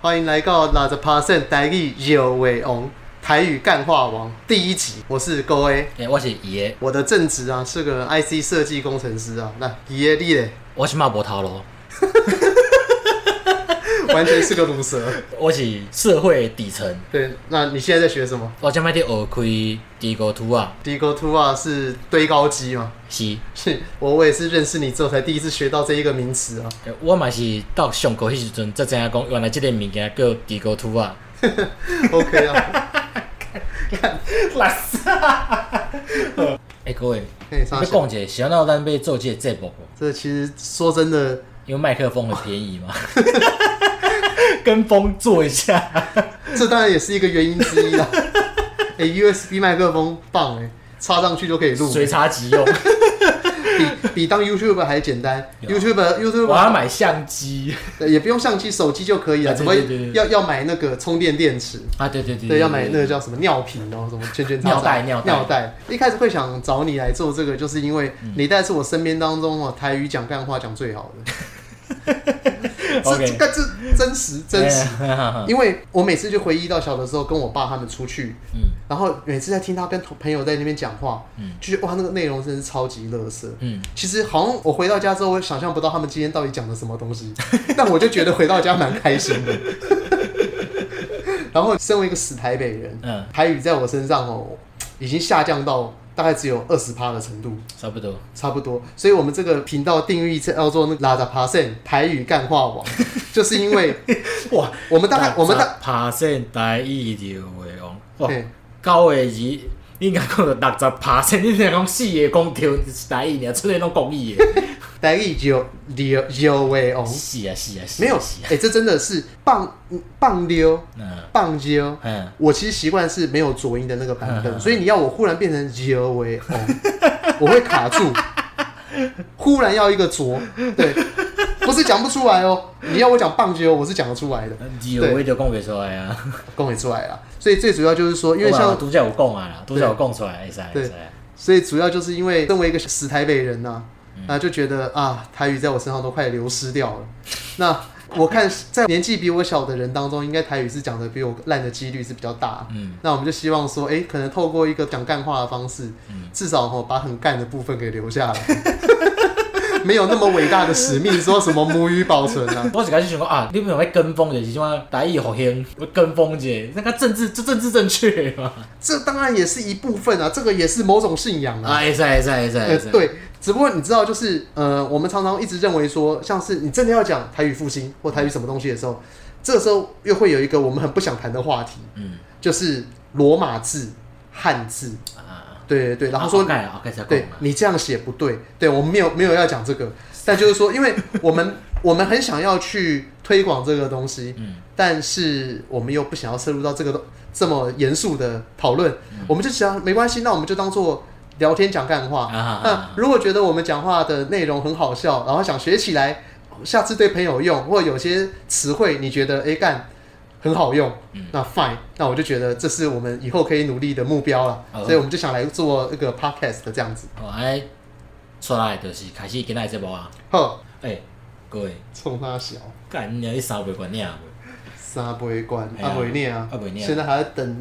欢迎来到《拉着 percent 台语有为王台语干话王》第一集，我是高 A。诶、我是爷，我的正职啊是个 IC 设计工程师啊，那爷力嘞，我是马波涛咯， 完全是个卤蛇。我是社会底层，对，那你现在在学什么我将麦伫学开地沟图啊， d i g o Two 啊是堆高机吗？是，是 我我也是认识你之后才第一次学到这一个名词啊。诶我嘛是到上课迄时阵才知影讲，原来即个物件叫地沟图啊， OK 啊， 垃圾。 诶、各位，嘿，要啥 小？讲者，是安怎咱要做即个节目无？这其实说真的，因为麦克风很便宜 嘛，跟风做一下，这当然也是一个原因之 一啦。哎、u s b 麦克风棒哎、插上去就可以录，随插即 用。比比当 YouTube 还简单。有啊 YouTube 我 YouTube 要买相机也不用相机，手机就可以了。啊对怎么会对对对要要买那个充电电池？啊，对对对对，要买那个叫什么尿瓶哦，什么圈圈叉叉尿袋尿袋嗯尿袋。一开始会想找你来做这个，就是因为你袋是我身边当中哦，台语讲干话讲最好 的。这 OK 这个这真实真实，哎因为我每次就回忆到小的时候跟我爸他们出去，嗯然后每次在听他跟同朋友在那边讲话，嗯就觉得哇，那个内容真是超级乐色。 嗯，其实好像我回到家之后，我想象不到他们今天到底讲了什么东西， 但我就觉得回到家蛮开心的。 然后，身为一个死台北人，嗯台语在我身上哦，已经下降到大概只有二十趴的程度，差不多。差不多。所以，我们这个频道定义叫做那拉达帕森台语干话网， 就是因为哇，我们大概我们大拍摄台语就会讲，哇，对九个字，你应该讲到六十拍摄，你若讲四个讲对是台语尔，剩下拢国语的。台语就溜溜喂哦，是啊是啊是没啊，有，是哎、啊，这真的是棒棒溜嗯棒溜。嗯，我其实习惯是没有浊音的那个版嗯本，嗯所以你要我忽然变成 G O V O，我 会卡住，忽然要一个浊，对，不是讲不出来哦。你要我讲棒 G O，我是讲得出来的，有我就讲袂出来啊，恭喜出来了。所以最主要就是说，因为我像嘛拄则有讲啊啦，拄则有讲出来，会使对会使。所以主要就是因为身为一个死台北人呐、啊，就觉得啊，台语在我身上都快流失掉了。那我看在年纪比我小的人当中，应该台语是讲的比我烂的几率是比较大。嗯，那我们就希望说，哎、可能透过一个讲干话的方式，至少吼把很干的部分给留下来。 没有那么伟大的使命，说什么母语保存啊？我一开始想讲啊，你不用要跟风就是什么台语复兴，要跟风者，那个政治这政治正确嘛，这当然也是一部分啊，这个也是某种信仰啊啊，。会使会使会使呃会使，，对，只不过你知道，就是呃，我们常常一直认为说，像是你真的要讲台语复兴或台语什么东西的时候，这时候又会有一个我们很不想谈的话题，嗯就是罗马字、汉字，啊，对对对，然后说改啊改再讲对啊，你这样写不对，对我们没有没有要讲这个，但就是说，因为我们我们很想要去推广这个东西，嗯但是我们又不想要涉入到这个这么严肃的讨论，嗯我们就想没关系，那我们就当做聊天讲干话。啊那如果觉得我们讲话的内容很好笑，然后想学起来，下次对朋友用，或有些词汇你觉得哎干、很好用，嗯那 fine，那我就觉得这是我们以后可以努力的目标了，好所以我们就想来做一个 podcast 这样子。哦，安尼出来就是开始今仔的节目啊！呵，诶、各位，冲他小，干你啊，你三袂管领啊？三不会关，哎呀阿维念啊还没，念现在还在等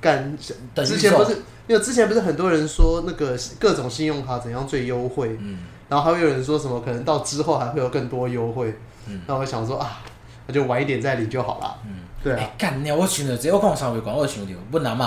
干。等之预前售不是，因为之前不是很多人说那个各种信用卡怎样最优惠，嗯，然后还会有人说什么可能到之后还会有更多优惠，嗯那我想说啊，那就晚一点再领就好啦。嗯对啊，诶干你啊！我想到这，我讲三袂管，我想到阮阿嬷，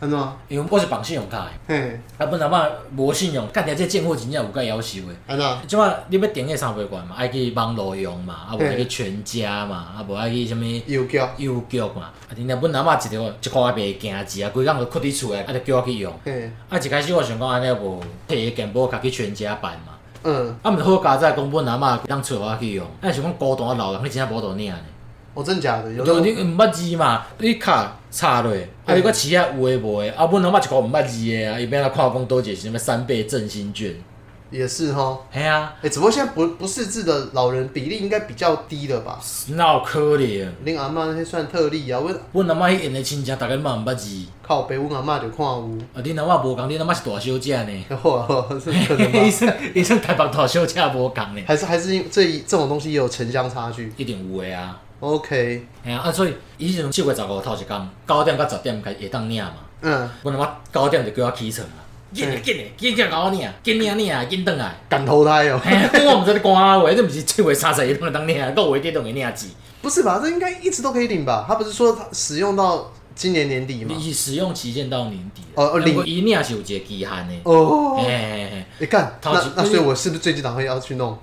安怎么？因为我是绑信用卡的，嘿，啊，阮阿嬷无信用，干你啊！这贱货真正有够夭寿的。安怎？即马你要订迄三袂管嘛，爱去网络用嘛，啊无嘿爱去全家嘛，啊无爱去什物。有叫，邮局嘛，啊，真正阮阿嬷一条一箍也袂惊钱啊，规工就跍伫厝内，啊，就叫我去用。嘿，啊，一开始我想讲安尼无摕个健保卡去全家办嘛，嗯，啊，毋是好加载讲，阮阿嬷当找我去用，啊，想讲孤单的老人，你真正无道理呢。哦，真假的，有就你种毋捌字嘛，你卡插落，啊，嗯你搁饲啊有诶无诶，啊，阮阿嬷一个毋捌字诶啊，伊边来看讲倒一个是什物三倍振兴券，也是哈。嘿啊，哎、只不过现在不不识字的老人比例应该比较低了吧？哪有可能？恁阿嬷那些算特例啊，我阮阿嬷迄因诶亲戚逐个嘛毋捿字，靠北，阮阿嬷就看有，啊，恁阿嬷无共，恁阿嬷是大小姐 呢，然后啊，是可能吧 伊？算伊算台北大小姐无共呢，还是还是因这一这种东西也有城乡差距，一定有诶啊， OK，嘿啊，啊所以伊迄阵七月十五头一工，九点到十点开会当领嘛。嗯，阮阿妈九点就叫我起床啊，紧嘞紧嘞，紧紧甲我领，紧领领啊，紧转来。 敢投胎哦、嘿啊，我毋知你讲啊话，你毋是七月三十一当当领，到月底当会领钱。不是吧？这应该一直都可以领吧？他不是说他使用到今年年底吗？伊使用期限到年底哦哦了，零不过伊领是有一个期限的。哦，嘿哎、嘿嘿干，那头一那所以我是不是最近打算要去弄？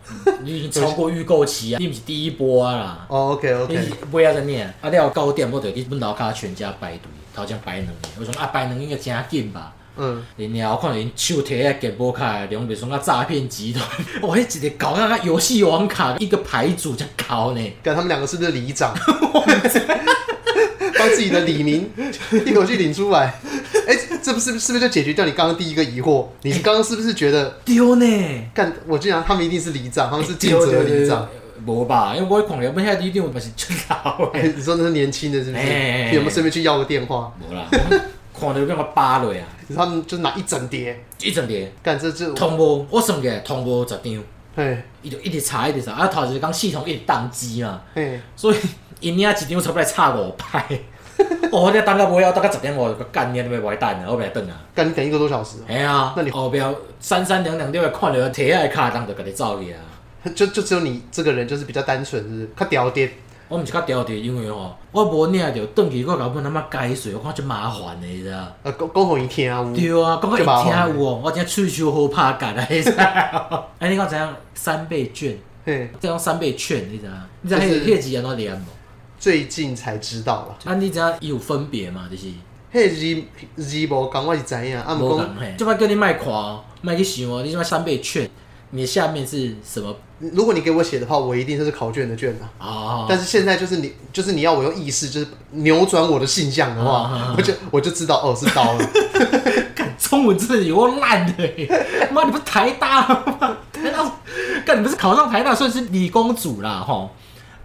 你已经超过预购期啊，你毋是第一波啊啦。哦，OK 你 OK，买啊怎领啊了九点我就去阮楼骹全家排队，头前排两个，我想啊排两个应该诚紧吧。嗯，然后看到因手摕个健保卡，两袂爽啊诈骗集团， 哇，迄一个搞啊游戏王卡一个牌组才搞呢。干他们两个是不是里长？帮自己的李明 一口气领出来，哎、这不是是不是就解决掉你刚刚第一个疑惑？你刚刚是不是觉得丢呢，干？我竟然他们一定是里长，他们是尽责里长。无吧？因为我看了本遐里长嘛是出头哎、 诶，你说那是年轻的，是不是？哎哎哎有没有顺便去要个电话？无啦，我看着变个扒落啊，你说他们就拿一整叠，一整个干这这，通无，我算起来通无十张，哎伊就一直查一直查，啊头一个讲系统一直宕机嘛，哎，所以因领一张差不多差五摆。哦，你等到尾后，等到十点我就干你要袂等啊，我袂等啊。干你等一个多小时，哦哎啊，那你后壁三三两两你会看到摕起来卡，人就甲你走去啊。就就只有你这个人就是比较单纯，是不是？他屌点，我毋是较调调，因为吼，我无领着，转去我甲阮阿妈解释，我看足麻烦的，你知道？呃，讲讲互伊听有，对啊，讲到伊足嗯麻听烦的有哦，我真喙手好拍干啊，你知道？ 哎，你讲怎样三倍券，嘿，再用三倍券，你知道？你知道就是迄迄集安怎念无？最近才知道啦。啊，你知影伊有分别嘛？就是嘿，字字无讲我是知影，啊，毋无讲共嘿，即摆叫你卖看哦，卖去想哦，你即摆三倍券，你下面是什么？如果你给我写的话，我一定就是考卷的卷啦。啊哦，但是现在就是你，就是你要我用意识，就是扭转我的性向的啊啊话啊，我就我就知道哦是刀了。 干中文真的有够烂的欸，妈，你不是台大吗？台大，干你不是考上台大算是理工组啦，吼，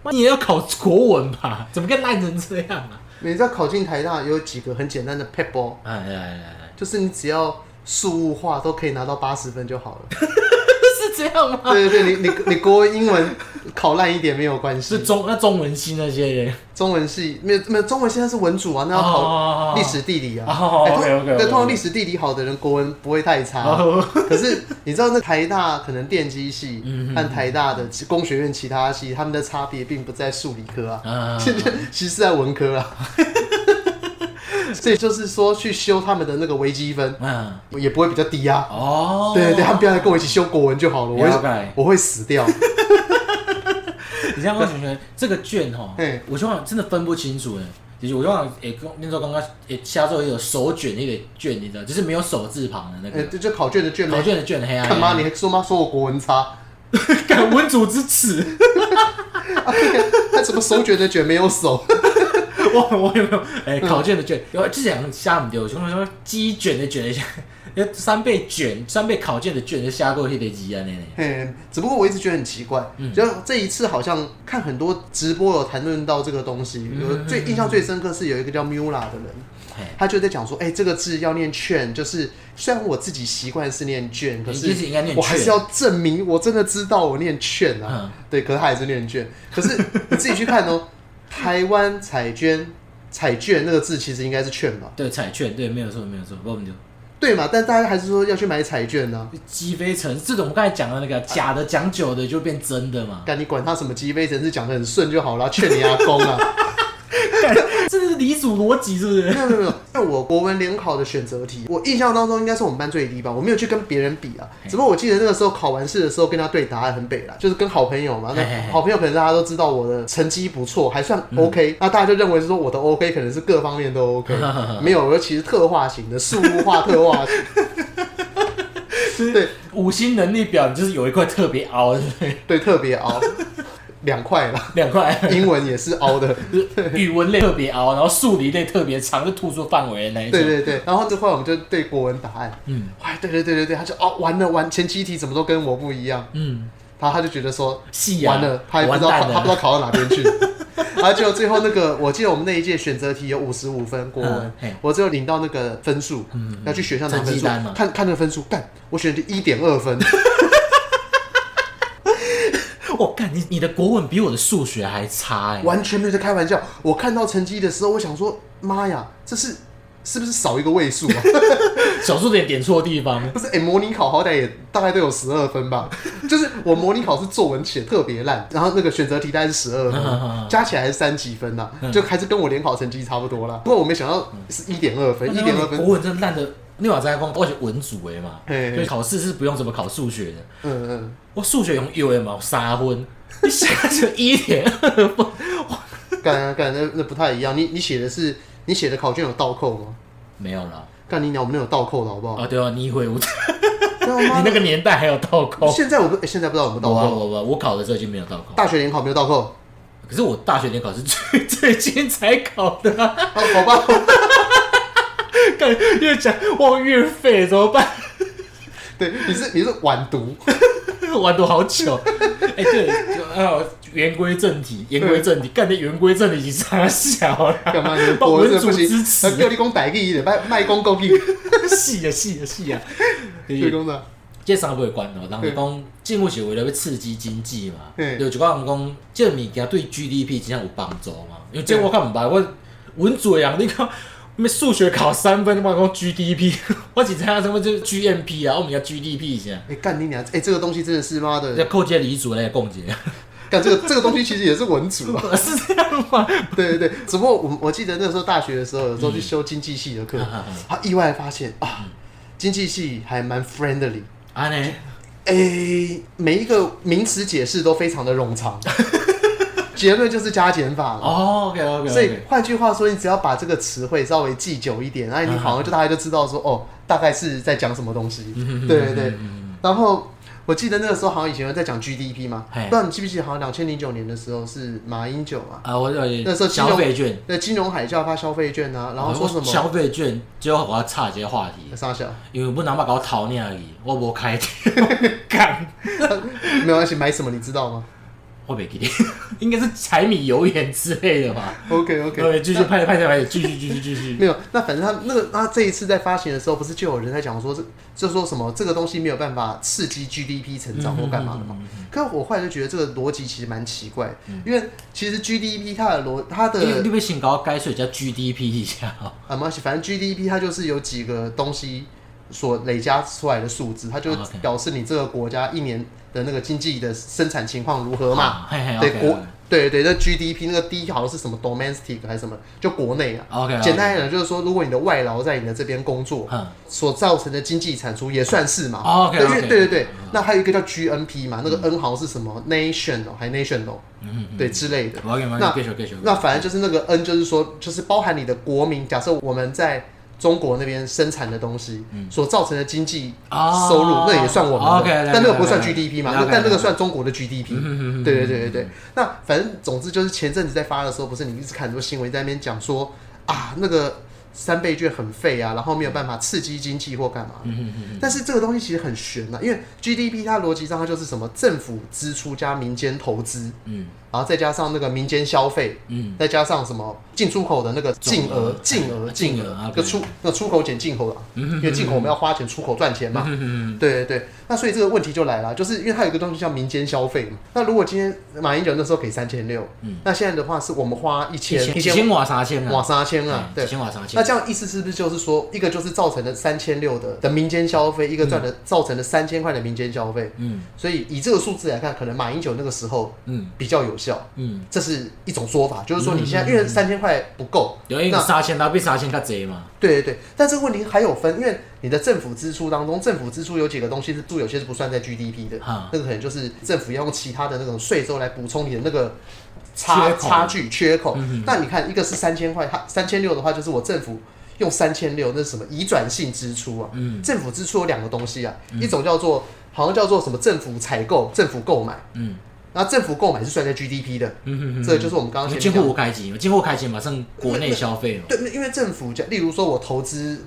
妈你也要考国文吧？怎么跟烂成这样啊？你知道考进台大有几个很简单的 p e b a l 哎哎哎哎，就是你只要数物化都可以拿到八十分就好了。是这样吗？对对对，你你你国文、英文考烂一点没有关是系，中那中文系那些人，中文系没有没有中文现在是文主啊，那要哦哦哦考哦历史地理啊。哦哎通 OK，OK，OK，对，通常 OK 历史地理好的人国文不会太差。哦可是你知道那台大可能电机系嗯和台大的工学院其他系，他们的差别并不在数理科啊，啊，其实是在文科啊。 所以就是说，去修他们的那个微积分嗯，也不会比较低啊。哦，对对对，他们不要来跟我一起修国文就好了，我了会解我会死 掉。你这样我想想，这个卷哈嘿，我就想真的分不清楚哎。就是我就想，诶，刚那时候刚刚诶，下周有手卷那个卷，你知道，就是没有手字旁的那呃，个就就考卷的卷考嘛，卷的卷，黑啊，干嘛？嘿啊你还说妈说我国文差？ 敢文主之耻！他怎么手卷的卷没有手？ 我我有没有？哎、嗯考卷的卷，有之前虾唔对，我想说鸡卷的卷一下， 三倍卷三倍考卷的卷就虾过迄个鸡啊那那。嘿，只不过我一直觉得很奇怪，嗯就这一次好像看很多直播有谈论到这个东西，嗯有最印象最深刻是有一个叫 Mula 的人，嘿他就在讲说，哎、这个字要念券，就是虽然我自己习惯是念卷，可你是就是应该念券我还是要证明我真的知道我念券啊。对，可是他还是念券。可是你自己去看哦， 台湾彩券彩券那个字其实应该是券吧？对彩券，对，没有错，没有错，我们就对嘛？但大家还是说要去买彩券啊呢、鸡飞城这种我刚才讲的那啊个假的讲久的就变真的 嘛，干你管他什么鸡飞城市讲的很顺就好啦，劝你阿公啊！这是离组逻辑是不是？没有没有没 有，在我国文联考的选择题，我印象当中应该是我们班最低吧，我没有去跟别人比啊。只不过我记得那个时候考完试的时候跟他对答案很北啦，就是跟好朋友嘛。嘿嘿嗯那嘿好朋友可能大家都知道我的成绩不错，还算 OK，、那大家就认为是说我的 OK 可能是各方面都 OK，没有，我其实特化型的数物化特化 型。对五星能力表你就是有一块特别凹，对不对？对，特别凹两块啦，两块。 英文也是 凹的。就是语文类特别凹，然后数理类特别长，就突出范围的那一种。对对对，然后这后来我们就对国文答案，嗯哎，对对对对对，他就哦完了完，前七题怎么都跟我不一样，嗯，他他就觉得说戏啊，完了，他也不知道完他蛋他不知道了。考到哪边去。 然后结果最后那个，我记得我们那一届选择题有五十五分国文嗯，嘿嗯我只有领到那个分数，要去学校拿成分绩数，单嘛 看看那个分数，干，我选的一点二分，我哦干、你你的国文比我的数学还差哎、完全没有在开玩笑。我看到成绩的时候，我想说，妈呀，这是是不是少一个位数啊？小数点点错地方，不是，哎、模拟考好歹也大概都有十二分吧。就是我模拟考是作文写特别烂，然后那个选择题大概是十二嗯嗯 嗯分，加起来是三几分呐、嗯就还是跟我联考成绩差不多啦。不过我没想到是一点二分， 一点二国分。文真的烂的，你往在讲，我是文组诶嘛，嘿就考试是不用怎么考数学的，嗯嗯，我数学用有诶嘛，三分，你写就一点 二分，干啊干，那那不太一样。你你写的是你写的考卷有倒扣吗？没有啦。干你鸟，我们那有倒扣的好不好？啊，对啊，你会我， 对啊妈你那个年代还有倒扣，啊现在我不、哎现在不知道有没 有我倒我扣，我我考的时候已经没有倒扣，大学联考没有倒 扣。可是我大学联考是最 最近才考的、啊，啊好吧，干越讲我越废怎么办？对，你是你是晚 读，玩多好久？ 哎、对，就啊，言归正题，言归正题，干的言归正题已经差小了，干嘛？你把国文字组不支行，持呃，六立功百亿的，卖卖功够亿，细啊细啊 细啊！六立功的，这三不会管哦，人就讲政府是为了要刺激经济嘛，嗯有一寡人讲，这物件对 GDP 真正有帮助嘛？因为这我较毋捌，我文组的人，你看，咩数学考三分，我讲 GDP，我 只知影什么就是 GMP 啊，我们叫 GDP 啥，哎，干你娘！哎，这个东西真的是妈要的，扣这个李主来讲解，干这个这个东西其实也是文组啊。 是这样吗？对对对，只不过我我记得那时候大学的时候，有时候去修经济系的课嗯，他意外发现啊，经济系还蛮 friendly。安尼，诶，每一个名词解释都非常的冗 长，结论就是加减法了。哦，OK OK 所以 OK，换句话说，你只要把这个词汇稍微记久一点，那嗯你好像就大概就知道说，哦，大概是在讲什么东西。嗯对对对。然后我记得那个时候好像以前有在讲 GDP 嘛，嘿不知道你记不记得，好像两千零九年的时候是马英九嘛，啊，我那时候金融消费券，那金融海啸发消费券啊，然后说什我么消费券，结哦果我要岔这个话 题，傻小，因为本人嘛甲我偷领去，我无开店， 干。没有关系，买什么你知道吗我袂记 得，应该是柴米油盐之类的吧。 ？OK OK。对，继续拍拍拍拍，继续继续继续。没有，那反正他那个他这一次在发行的时候，不是就有人在讲说这就说什么这个东西没有办法刺激 GDP 成长或干嘛的嗯嘛？可我后来就觉得这个逻辑其实蛮奇怪，因为其实 GDP 它的逻它你的你要先搞改水加 GDP 一下哦。啊，没关系，反正 GDP 它就是有几个东西所累加出来的数字，它就哦 OK 表示你这个国家一年的那个经济的生产情况如何嘛。啊 嘿嘿对 OK，国对对，那 GDP 那个 D 好像是什么 domestic 还是什么，就国内啊。 OK，简单一点就是说，如果你的外劳在你的这边工作，嗯所造成的经济产出也算是嘛。哦，OK，对因 OK 嗯为对对对，那还有一个叫 GNP 嘛，那个 N 好像是什么 nation 哦，还 nation 哦，对之类的。我要给你们那继续继续。那反正就是那个 N 就是说，就是包含你的国民。假设我们在中国那边生产的东西所造成的经济嗯哦收入，那也算我们的 OK，了解，但那个不算了解 GDP 嘛，了解那但那了个解算中国的 GDP。对嗯对对对对。那反正总之就是前阵子在发的时候，不是你一直看很多新闻在那边讲说啊那个。三倍券很废啊，然后没有办法刺激经济或干嘛嗯的。但是这个东西其实很悬啊，因为 GDP 它逻辑上它就是什么政府支出加民间投资，嗯然后再加上那个民间消费，嗯，再加上什么进出口的那个净额、总净额嗯啊额、净净额额，OK，就出那出口减进口了，嗯因为进口我们要花钱，出口赚钱嘛。对对对，那所以这个问题就来了，就是因为它有一个东西叫民间消费嘛。那如果今天马英九那时候给三千六，那现在的话是我们花一一千嗯千一千瓦三千瓦啊，三千啊，嗯对一。千瓦三那千。这样意思是不是就是说，一个就是造成了三千六的的民间消费，一个赚了造成了三千块的民间消费？嗯所以以这个数字来看，可能马英九那个时候嗯比较有效。嗯，这是一种说法，就是说你现在因为三千块不够，有因为那三千，它比三千较济嘛。对对对，但这个问题还有分，因为你的政府支出当中，政府支出有几个东西是有些是不算在 GDP 的哈，那个可能就是政府要用其他的那种税收来补充你的那个差缺口嗯差距缺口。那你看，一个是三千块，它三千六的话，就是我政府用三千六，那是什么移转性支出啊？嗯政府支出有两个东西啊，一种叫做好像叫做什么政府采购、政府购买，嗯那政府购买是算在 GDP 的，嗯嗯这个就是我们刚刚前嗯，面进讲的货无开钱嘛，进货开钱嘛，算国内消费嘛。对，因为政府，例如说我投资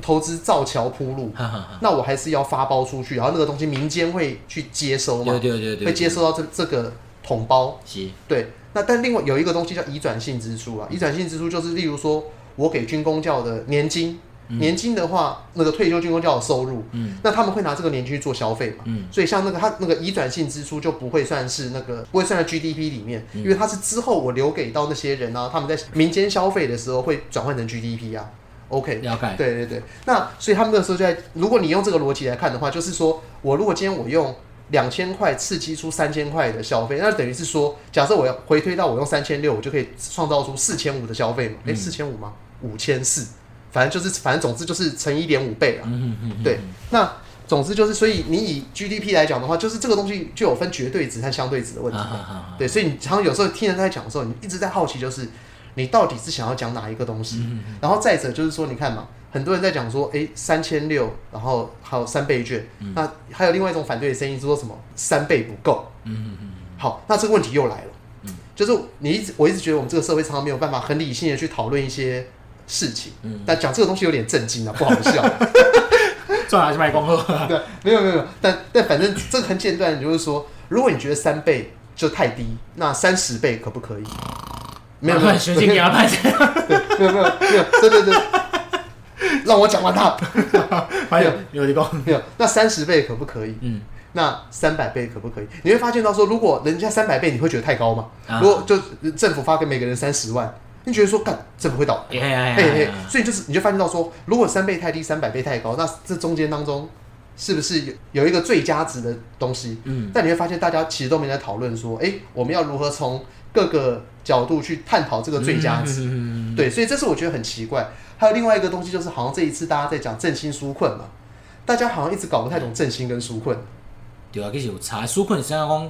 投资造桥铺路，哈哈哈，那我还是要发包出去，然后那个东西民间会去接收嘛，对对对对，会接受。收到这这个桶包。是，对，那但另外嗯有一个东西叫移转性支出啊，移转性支出就是例如说我给军工教的年金，年金的话，那个退休金公教有收入，嗯那他们会拿这个年金去做消费嘛，嗯所以像那个他那个移转性支出就不会算是那个不会算在 GDP 里面，嗯因为它是之后我留给到那些人啊，他们在民间消费的时候会转换成 GDP 啊。OK，了解对对对，那所以他们那时候就在，如果你用这个逻辑来看的话，就是说我如果今天我用两千块刺激出三千块的消费，那等于是说，假设我要回推到我用三千六，我就可以创造出四千五的消费嘛？诶，嗯四千五吗？五千四，反正就是反正总之就是乘一点五倍啊。嗯嗯嗯，对，那总之就是，所以你以 GDP 来讲的话，就是这个东西就有分绝对值和相对值的问题。啊哈哈哈对，所以你常常有时候听人在讲的时候，你一直在好奇，就是你到底是想要讲哪一个东嗯西？然后再者就是说，你看嘛，很多人在讲说，哎，三千六，然后还有三倍券，那还有另外一种反对的声音是说什么三倍不够。嗯嗯嗯好，那这个问题又来了，就是你一直我一直觉得我们这个社会常常没有办法很理性的去讨论一些事情，但讲这个东西有点震惊啊，不好笑。嗯，算了，还是卖光了。对，没有没有，没有，但但反正这个很简单，就是说，如果你觉得三倍就太低，那三十倍可不可以？没有没有，学金给他拍成，对没有没有没有，真的真的，让我讲完它。还有有一个，没有，那三十倍可不可以？嗯，那三百倍可不可以？你会发现到说，如果人家三百倍，你会觉得太高嘛？啊如果就政府发给每个人三十万，你觉得说干政府会倒？哎哎嘿哎嘿，，所以就是你就发现到说，如果三倍太低，三百倍太高，那这中间当中是不是有有一个最佳值的东西？嗯，但你会发现大家其实都没在讨论说，哎、我们要如何从各个角度去探讨这个最佳值？嗯，对，所以这是我觉得很奇怪。还有另外一个东西就是，好像这一次大家在讲振兴纾困嘛，大家好像一直搞不太懂振兴跟纾困。对啊，其实有差。纾困是讲啊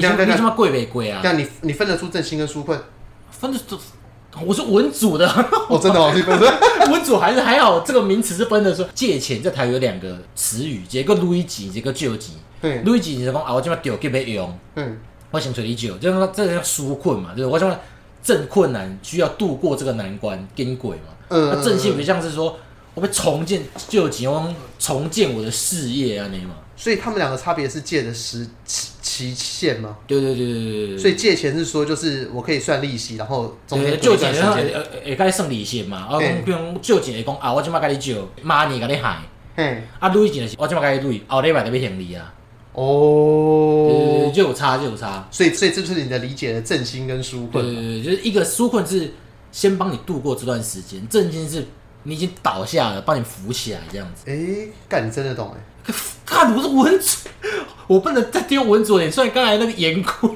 讲，你什你什么贵没贵啊？但你你分得出振兴跟 纾困？分的都，我是文组的，哦，真的哦，你分得出 文组还是还好，这个名词是分的说借钱，这台有两个词语，一个镭钱，一个借钱。对，镭钱就是讲啊，我即马借给要用，嗯，我想找你借，就是说这叫纾困嘛，对不对？我想正困难需要度过这个难关，跟鬼嘛。嗯 那正性比较像是说，我们重建借钱，我要重建我的事业啊，你嘛。所以他们两个差别是借的时期期限吗？对对对对对对。所以借钱是说，就是我可以算利息，然后中对，间嗯借就钱段时然后间，会会甲你呃算利息嘛，啊，嘿讲比如讲借钱会讲啊，我即摆甲你借，明年甲你还，嘿，啊，镭钱就是我即摆甲你镭，后礼拜就要还你啊，对对哦对，，就有差就有差，所以所以这就是你的理解的振兴跟纾对困对嘛，对，就是一个纾困是先帮你度过这段时间，正经是你已经倒下了，帮你扶起来这样子。哎，干，你真的懂哎。 看，我是文主，我不能再丢文主脸，虽然刚才那个言归，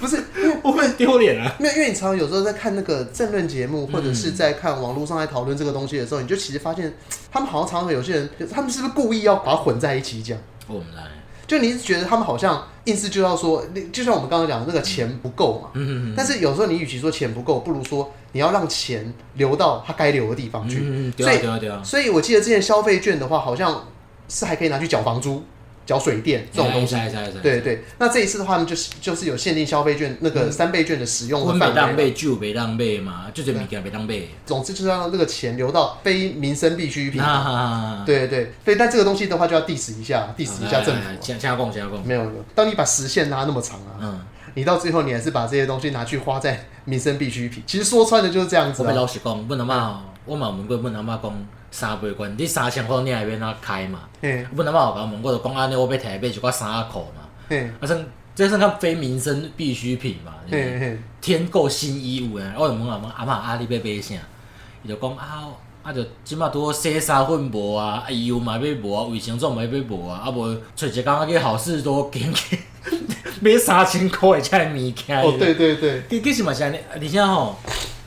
不是，因为 我很丢脸啊。没有，因为你常常有时候在看那个政论节目，或者嗯是在看网络上在讨论这个东西的时候，你就其实发现，他们好像常常有些人，他们是不是故意要把它混在一起讲？哦我们来，就你一直觉得他们好像硬是就要说，就像我们刚刚讲的那个钱不够嘛。嗯但是有时候你与其说钱不够，不如说你要让钱流到它该流的地方去。嗯，对所啊以对啊对啊，所以我记得之前消费券的话，好像是还可以拿去缴房租、缴水电这种东西。哎，哎哎哎对对，那这一次的话，他们就是就是有限定消费券那嗯个三倍券的使用我的袂范当围。买酒，袂当买嘛，就这物件袂当买。总之就是让这个钱流到非民生必需品。啊，对对对对，但这个东西的话就要 diss 一下，diss 一下政府啊。加加共加共，没有没有，当你把时限拉那么长啊，嗯，你到最后你还是把这些东西拿去花在民生必需品。其实说穿了就是这样我子咪啊。老实讲，阮阿嬷吼，我嘛问过阮阿嬷讲三百元，你三千块你还要哪开嘛？嘿阮阿嬷有甲我问过，就讲安尼，我要摕来买一寡衫裤嘛，嘿啊算这算较非民生必需品嘛，就嘿是嘿，添购新衣物啊。我就问阿嬷，阿嬷啊，你要买啥？伊就讲啊。啊，就即马拄好洗衫粉无啊，啊油嘛要无啊，卫生纸嘛要无啊，啊无找一工啊去好事多拣去买三千块的遮物件。哦对对对，其其实嘛是安尼，而且吼，即个物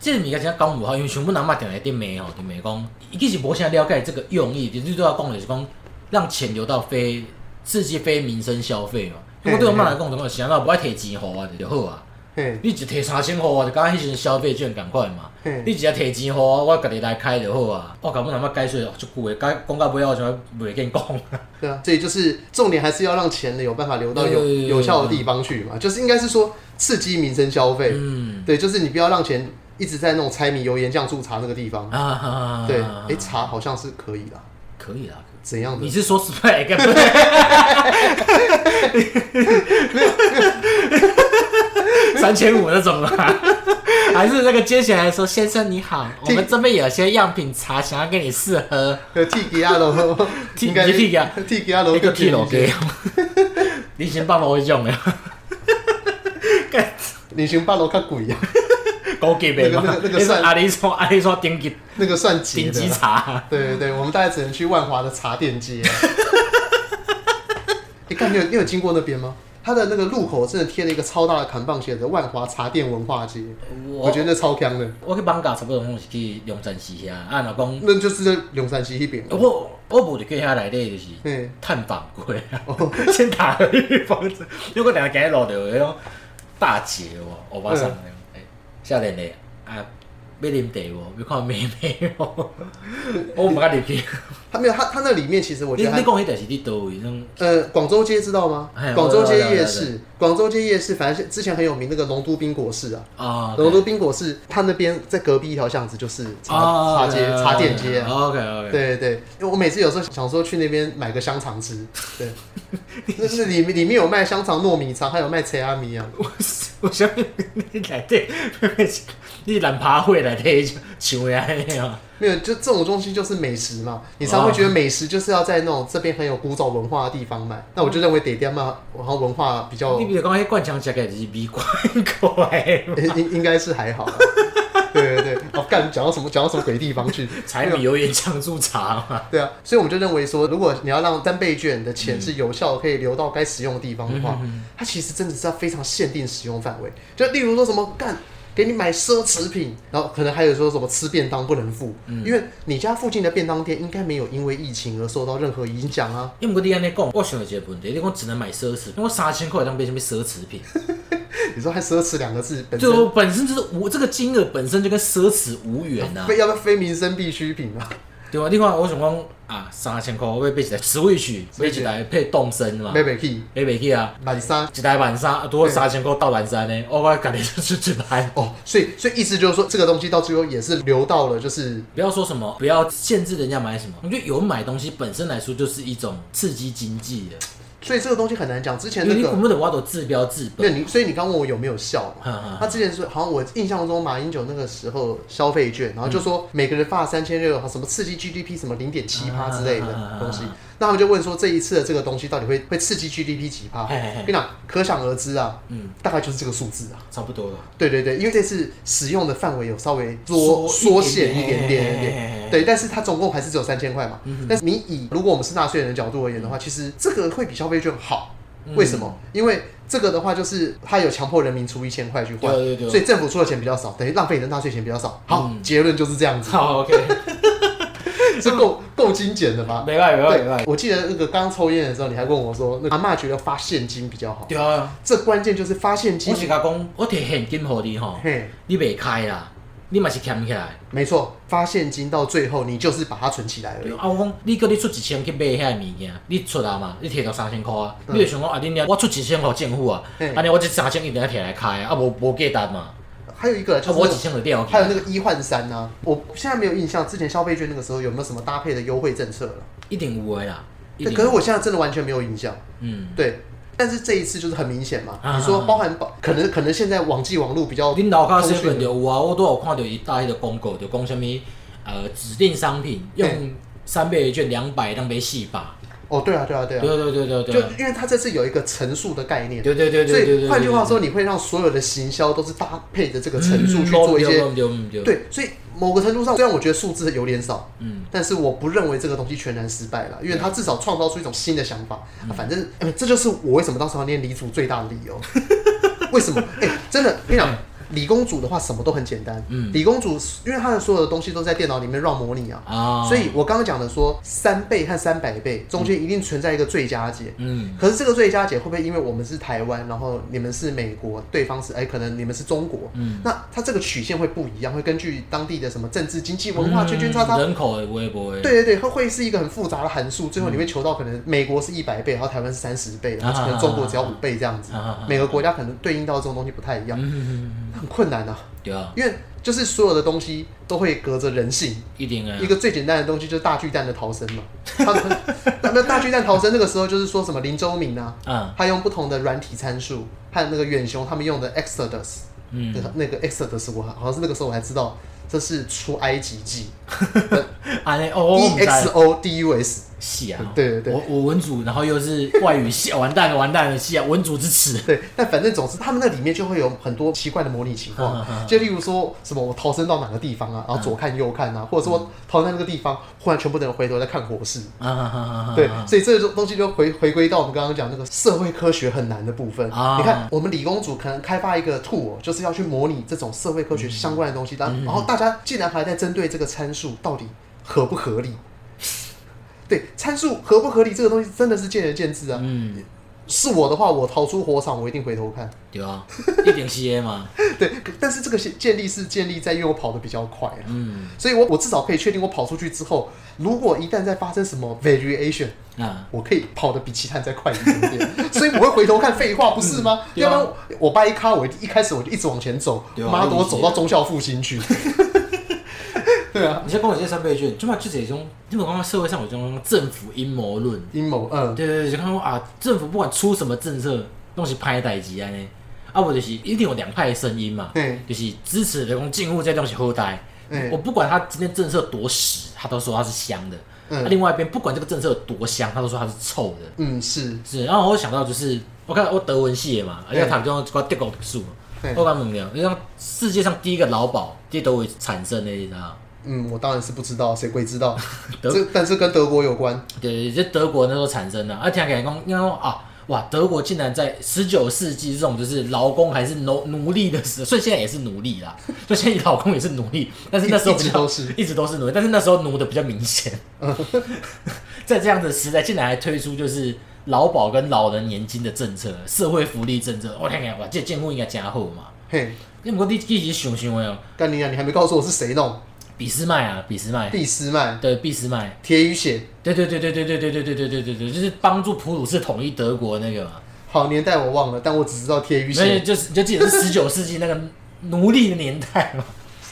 件真正讲无好，因为像阮阿嬷定来伫骂吼，伫骂讲，伊其实无啥了解这个用意，就是对我讲就是讲，让钱流到非刺激非民生消费嘛。嘿我对我妈来讲，就是讲，那无爱摕钱互我就好啊。嘿你就摕三千互我，就刚迄时阵消费券共款嘛。嘿你只要摕钱互我，我家己来开就好啊。我甲阮阿嬷解释足久的，解讲到尾后我就袂见讲。对啊，所以就是重点还是要让钱有办法流到有对对对对有效的地方去嘛，就是应该是说刺激民生消费，嗯，对，就是你不要让钱一直在那种柴米油盐酱醋茶那个地方，啊，对，哎，茶好像是可以啦， 可以啦。怎样的你？是说 swag 不是？ 三千五那种啦， 还是那个接起来说：“先生你好，我们这边有些样品茶想要给你试喝，呃，T 给阿罗， T- 应该 T 哎给阿 T 给阿罗一个屁楼楼给。 你先帮我用 了，你行八楼看啊鬼呀，高级呗嘛那个那个那。个你说算阿里说阿里说顶级那个算顶结的级啦。茶，对对对，我们大概只能去万华的茶店街。 你看，你有你有经过那边吗？它的那个路口真的贴了一个超大的扛棒，写着“万华茶店文化街”，我觉得那超强的，我去放假差不多拢是去龙山寺遐，啊，若讲那就是在龙山西那边。我我无伫去遐内底就是嗯，探访过啊， 先打个预防针，如果两个路到迄种大姐哦，欧巴桑嗯那种，哎少年的啊，要啉茶哦无？要看妹妹 无？我毋敢入去。它没有，它它那里面其实我你觉你得讲还。迄代是你倒位那种？呃，广州街知道吗哎？广州街我知道夜我知市，广州街夜市，反正之前很有名那个龙都冰果室啊，啊，龙都冰果室，它那边在隔壁一条巷子就是啊茶茶街、茶店街啊。 OK OK，对对对，因为我每次有时候想说去那边买个香肠吃，对，那是里面里面有卖香肠、糯米肠，还有卖切阿米啊。我我想你内底， 你蓝爬会内底像的安尼哦。没有，就这种东西就是美食嘛，你常会觉得美食就是要在那种这边很有古早文化的地方买。那我就认为得店嘛，好像文化比较你比如讲，迄灌肠食起来就是美怪怪， 应应应该是还好啊。对对对，哦，干讲到什么讲到什么鬼地方去？柴米油盐酱醋茶嘛。对啊，所以我们就认为说，如果你要让单倍券的钱是有效的，可以流到该使用的地方的话，它其实真的是要非常限定使用范围。就例如说什么干，给你买奢侈品，然后可能还有说什么吃便当不能付，因为你家附近的便当店应该没有因为疫情而受到任何影响啊。因为我你安尼讲，我想到一个问题，你讲只能买奢侈品，我三千块当变成咩奢侈品？你说还奢侈两个字本身就，我本身就是无这个金额本身就跟奢侈无缘 呐、啊，非要不要非民生必需品啊？对吧？另外我想讲啊，三千块我要买一台 Switch，买一台配动身嘛买，不起，买袂起啊，满三一台万三，拄好三千块到万三呢，哦我我家己就是一台。哦，所以所以意思就是说，这个东西到最后也是流到了，就是 不要说什么，不要限制人家买什么。我觉得有买东西本身来说就是一种刺激经济的，所以这个东西很难讲。之前因为哎那你个，不得挖到治标治那本。你所以你刚问我有没有效嘛？哈哈他之前是好像我印象中马英九那个时候消费券，然后就说每个人发三千六，什么刺激 GDP 什么零点七趴之类的东西啊啊啊啊。那他们就问说这一次的这个东西到底会会刺激 GDP 几趴？嘿嘿嘿跟你讲，可想而知啊，嗯，大概就是这个数字啊。差不多了。对对对，因为这次使用的范围有稍微缩缩缩限一一点点点点一嘿嘿嗯点嘿，对，但是它总共还是只有三千块嘛。但是你以如果我们是纳税人的角度而言的话，嗯其实这个会比消费券好。为什么？因为这个的话，就是它有强迫人民出一千块去换，对对嗯对所以政府出的钱比较少，等于浪费你的纳税钱比较少。好，结论就是这样 子，好，OK，是够够精简的吧？没办法，没办法，没办对，我记得那个刚抽烟的时候，你还问我说，那个阿嬷觉得发现金比较好。对啊，这关键就是发现金我，是甲讲，我摕现金互你吼，嘿，你袂开啦，你嘛是欠起来。没错，发现金到最后你就是把它存起来而已对。啊，我讲你叫你出一千去买遐物件，你出啊嘛，你摕到三千箍啊，你就想讲啊，恁娘我出一千互政府啊嘿，安尼我这三千一定要摕来开啊，啊无无价值嘛，还有一个啊就是我那一个、千就掉去还有那个一换三呢、啊我现在没有印象之前消费券那个时候有没有什么搭配的优惠政策了。一定有诶啦，一对，定可是有，我现在真的完全没有印象。嗯，对，但是这一次就是很明显嘛，啊你说包含保，可能可能现在网际网络比较恁楼骹通新讯闻就有啊，我都有看到伊搭迄个广告，就讲啥物呃指定商品嘿用三倍券两百当买四百，哦，对啊，对啊，对对啊，对对就对对，因为它这次有一个乘数的概念。对对对对所对对以对，换句话对，说，你会让所有的行销都是搭配着这个对乘数去做一些，嗯对对对对，对，所以某个程度上，虽然我觉得数字有点少，嗯，但是我不认为这个东西全然失败了，因为它至少创造出一种新的想法。嗯啊反正、呃这就是我为什么当时要念理组最大的理由。 为什么？哎、真的，跟你讲，理工组的话什么都很简单。嗯理工组因为它的所有的东西都在电脑里面让模拟啊，啊，所以我刚刚讲的说三倍和三百倍中间一定存在一个最佳解。嗯可是这个最佳解会不会因为我们是台湾，然后你们是美国，对方是哎、可能你们是中国，嗯，那它这个曲线会不一样，会根据当地的什么政治、经济、文化圈圈叉叉嗯人口的微博的，对对对，它会是一个很复杂的函数，最后你会求到可能美国是一百倍，然后台湾是三十倍，然后可能中国只要五倍这样子啊啊啊啊，每个国家可能对应到这种东西不太一样，嗯，嗯嗯嗯很困难啊，对啊，因为就是所有的东西都会隔着人性。一定的啊一，个最简单的东西就是大巨蛋的逃生嘛，他们 那那大巨蛋逃生那个时候就是说什么林周明啊，嗯他用不同的软体参数和那个远雄他们用的 Exodus，嗯那个那个 Exodus 的时候，好像是那个时候我才知道这是出埃及记安尼哦，我 E 唔 X 知 O D U S，是啊，对对对我我文组，然后又是外语系，完蛋了，完蛋了，系啊，文组之耻，对，但反正总之他们那里面就会有很多奇怪的模拟情嗯况嗯，嗯就例如说什么我逃生到哪个地方啊，然后左看右看啊，或者嗯说逃到那个地方，忽然全部的人回头在看火势，啊啊啊啊对，啊所以这种东西就回回归到我们刚刚讲那个社会科学很难的部分。啊你看，我们理工组可能开发一个 tool，就是要去模拟这种社会科学相关的东西，然、嗯然后大家竟然还在针对这个参数到底合不合 理。对，参数合不合理这个东西真的是见仁见智啊。嗯，是我的话，我逃出火场，我一定回头看。 对啊，一定是的嘛，对，可但是这个建立是建立在因为我跑得比较快啊，嗯所以我我至少可以确定我跑出去之后，如果一旦再发生什么 variation，啊，我可以跑得比其他人再快一点点， 所以我会回头看，废话不是吗？ 对要啊不然我我掰一咖，我一开始我就一直往前走，对啊妈的，理我解走到忠孝复兴去。 对啊，你先跟我介绍倍券，就嘛就是一种，日本刚刚社会上有一种政府阴谋论，阴谋，嗯，对对对，就看说啊，政府不管出什么政策，拢是歹代志安尼。啊，我就是一定有两派声音嘛，对就是支持人工进户这东西后代。对我不管他今天政策多屎，他都说他是香的。嗯啊另外一边不管这个政策有多香，他都说他是臭的。嗯是，是，然后我想到就是，我看我德文系的嘛，而对且他就讲德国读书嘛，对我讲问了，你讲世界上第一个劳保，这德国产生的，你知道吗？嗯，我当然是不知道，谁鬼知道？ 德这但是跟德国有关，对，就德国那时候产生的，啊，听起来讲，因为啊，哇，德国竟然在十九世纪这种就是劳工还是奴奴隶的时候，所以现在也是奴隶啦， 所以现在劳工也是奴隶，但是那时候一一直比较都是一直都是奴隶，但是那时候奴的比较明显。 在这样的时代，竟然还推出就是劳保跟老人年金的政策，社会福利政策，我听起来哇，这建户应该加厚嘛。嘿，你不过你自己想想的哦，干你啊，你还没告诉我是谁弄？俾斯麦啊，俾斯麦，俾斯麦、对，俾斯麦，铁与血，对对对对对对对对对对对对对，就是帮助普鲁士统一德国那个嘛，好年代我忘了，但我只知道铁与所以血，就是就记得是十九世纪那个奴隶的年代嘛。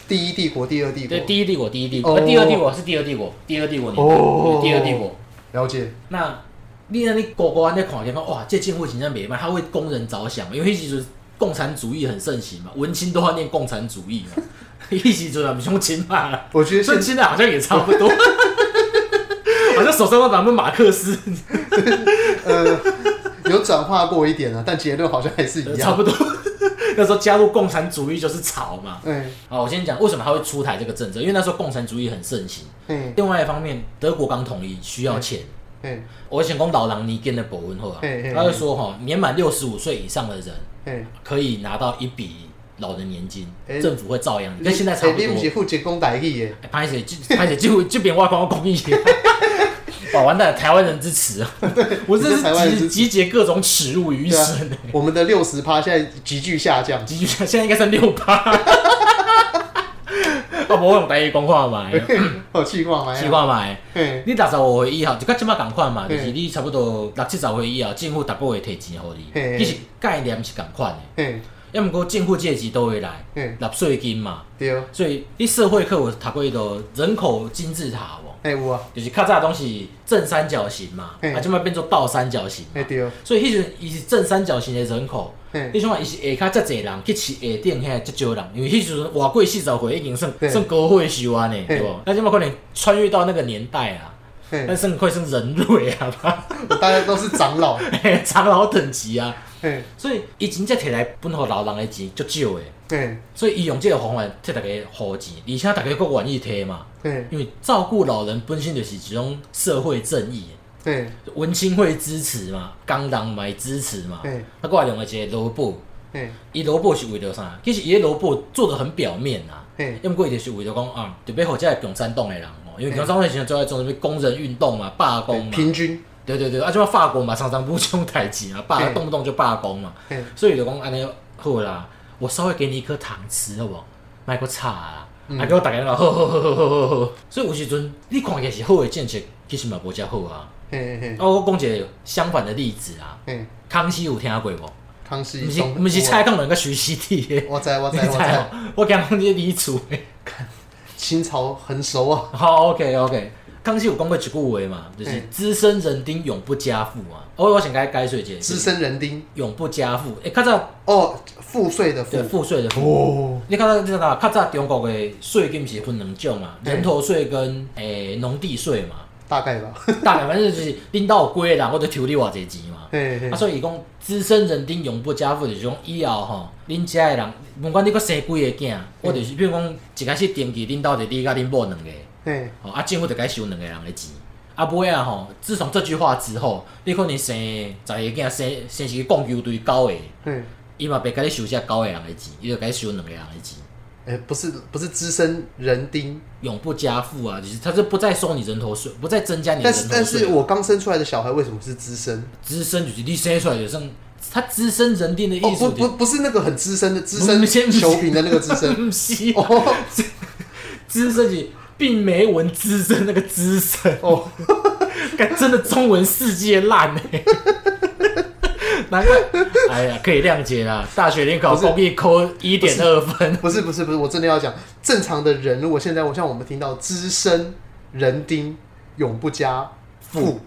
第一帝国、第二帝国对，，第一帝国，第一帝国，哦呃第二帝国是第二帝国，第二帝国年代，哦对第二帝国。了解，那你那你狗狗安在看见讲哇，这进步形象没办法，他为工人着想嘛，因为迄时阵共产主义很盛行嘛，文青都要念共产主义嘛，迄时阵啊，胸亲嘛。我觉得现顺清的好像也差不多，好像手上都拿着马克思，呃，有转化过一点了，但结论好像还是一差样。不多。 那时候加入共产主义就是吵嘛。嗯好，我先讲为什么他会出台这个政策，因为那时候共产主义很盛行。嗯另外一方面，德国刚统一需要钱。嗯我想讲老狼尼根的博文后啊嘿嘿，他就说哈，年满六十五岁以上的人嗯，可以拿到一笔老人年金，哎政府会照样，跟现在差不你不多是。负责讲台语耶？哎拍谁就拍谁就这边挖光公益。 哇，完蛋了！台湾人之耻啊！我这你是台湾人是集之耻集结各种耻辱于一对啊身欸，我们的六十趴现在急剧下 降。集聚现在应该是六八。 啊我无用台语讲话 嘛，哦，气话嘛，气话嘛。嘿，你六十五岁以后，就甲即摆共款嘛，就是嗯你差不多六七十岁以后，政府逐个月摕钱互你嘿，嘿其实概念是共款的。嘿，要毋过政府借钱都会来，嘿，纳税金嘛，对哦，所以你社会课有读过迄个人口金字塔无？嘿有啊，就是较早的东西正三角形嘛，嘿啊，即摆变做倒三角形嘛嘿。对哦，所以迄阵伊是正三角形的人口，你嘿，想看伊是下骹遮侪人，去饲下顶遐遮少人，因为迄时阵活过四十岁已经算对算高岁数啊呢，对无？那即摆可能穿越到那个年代啊，嘿那，算快算人类啊吧， 我大家都是长老，长老等级啊，嘿，所以伊真正摕来分互老人的钱足少的，嘿，所以伊用即个方法替大家付钱，而且大家佫愿意摕嘛，嘿，因为照顾老人本身就是一种社会正义的。嘿，文青会支持嘛，工人嘛会支持嘛嗯。啊，我另外一个萝卜，嘿，伊萝卜是为了啥？其实伊的萝卜做的很表面啊，嘿，要毋过伊就是为了讲啊，特别好遮中山洞的人哦，因为中山洞的时候最爱做什么工人运动嘛，罢工嘛。平均，对对对，啊，即嘛法国嘛，常常不这种代志啊，罢嗯动不动就罢工嘛，嘿，所以就讲安尼好啦，我稍微给你一颗糖吃好无？莫个吵啊！嗯啊，给我大家讲，好好好好好好好。所以有时阵你看起来是好的政策，其实嘛无遮好啊。嘿，嘿，哦，我讲一个相反的例子啊，嘿，康熙有听过无？康熙，毋是毋是哦蔡康永跟徐熙娣的，我知我你 知知我知，无？我讲讲你李楚的。清朝很熟啊，好，OK OK。康熙有讲过一句话嘛，就是嗯资深人丁永不加赋嘛。哦，我想该改水节，资深人丁永不加赋。诶，较早哦，赋税的赋对赋税的赋。哦，你看到你知道，较早中国的税金是分两种嘛，嗯人头税跟诶农、地税嘛，大概吧，大概反正就是领导归人，我就抽你偌济钱嘛。嘿嘿啊，，所以伊讲资深人丁永不加赋，就是讲以后吼，恁遮的人，不管你搁生几个囝，我就是比如讲一开始登记恁兜是你甲恁某两个，嘿，吼啊政府就该收两个人的钱。啊，尾啊吼，自从这句话之后，你可能生十个囝，生生一个供球队九个，嘿，伊嘛别甲你收遮九个人的钱，伊就该收两个人的钱。哎，不是不是资深人丁，永不加赋啊，就是他就不再收你人头税，不再增加你的但是人头但税是啊。我刚生出来的小孩为什么是资深？资深就是你生出来就算他资深人定的哦意，思不就不不是那个很资深的资不深是不是求平的那个资深不是 啊哦资深你并没文资深那个资深，哦，干真的中文世界烂呢、难怪，哎呀，可以谅解啦。大学联考不是公益扣一点二分，不是不是不是，我真的要讲正常的人，如果现在我像我们听到资深人丁永不加父，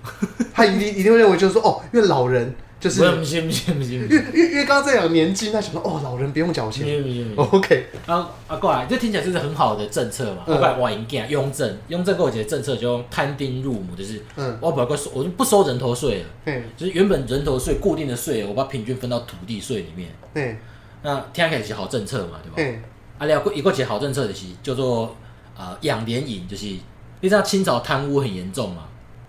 他一定一定会认为就是说哦，因为老人就不是是不是不是不是不因为是因为因为刚刚在讲年金，他想说哦，老人不用缴不钱。是不是。哦 OK，啊啊，过来，这听起来就是很好的政策嘛。嗯啊，过来，我赢啊，雍正，雍正给我一个政策，就摊丁入亩，就是嗯，我把个收，我就不收人头税了，对就是原本人头税固定的税，我把平均分到土地税里面。对那听起来是好政策嘛，对吧？对，啊，了一个一个好政策就是叫做呃养廉引，就是你知道清朝贪污很严重嘛，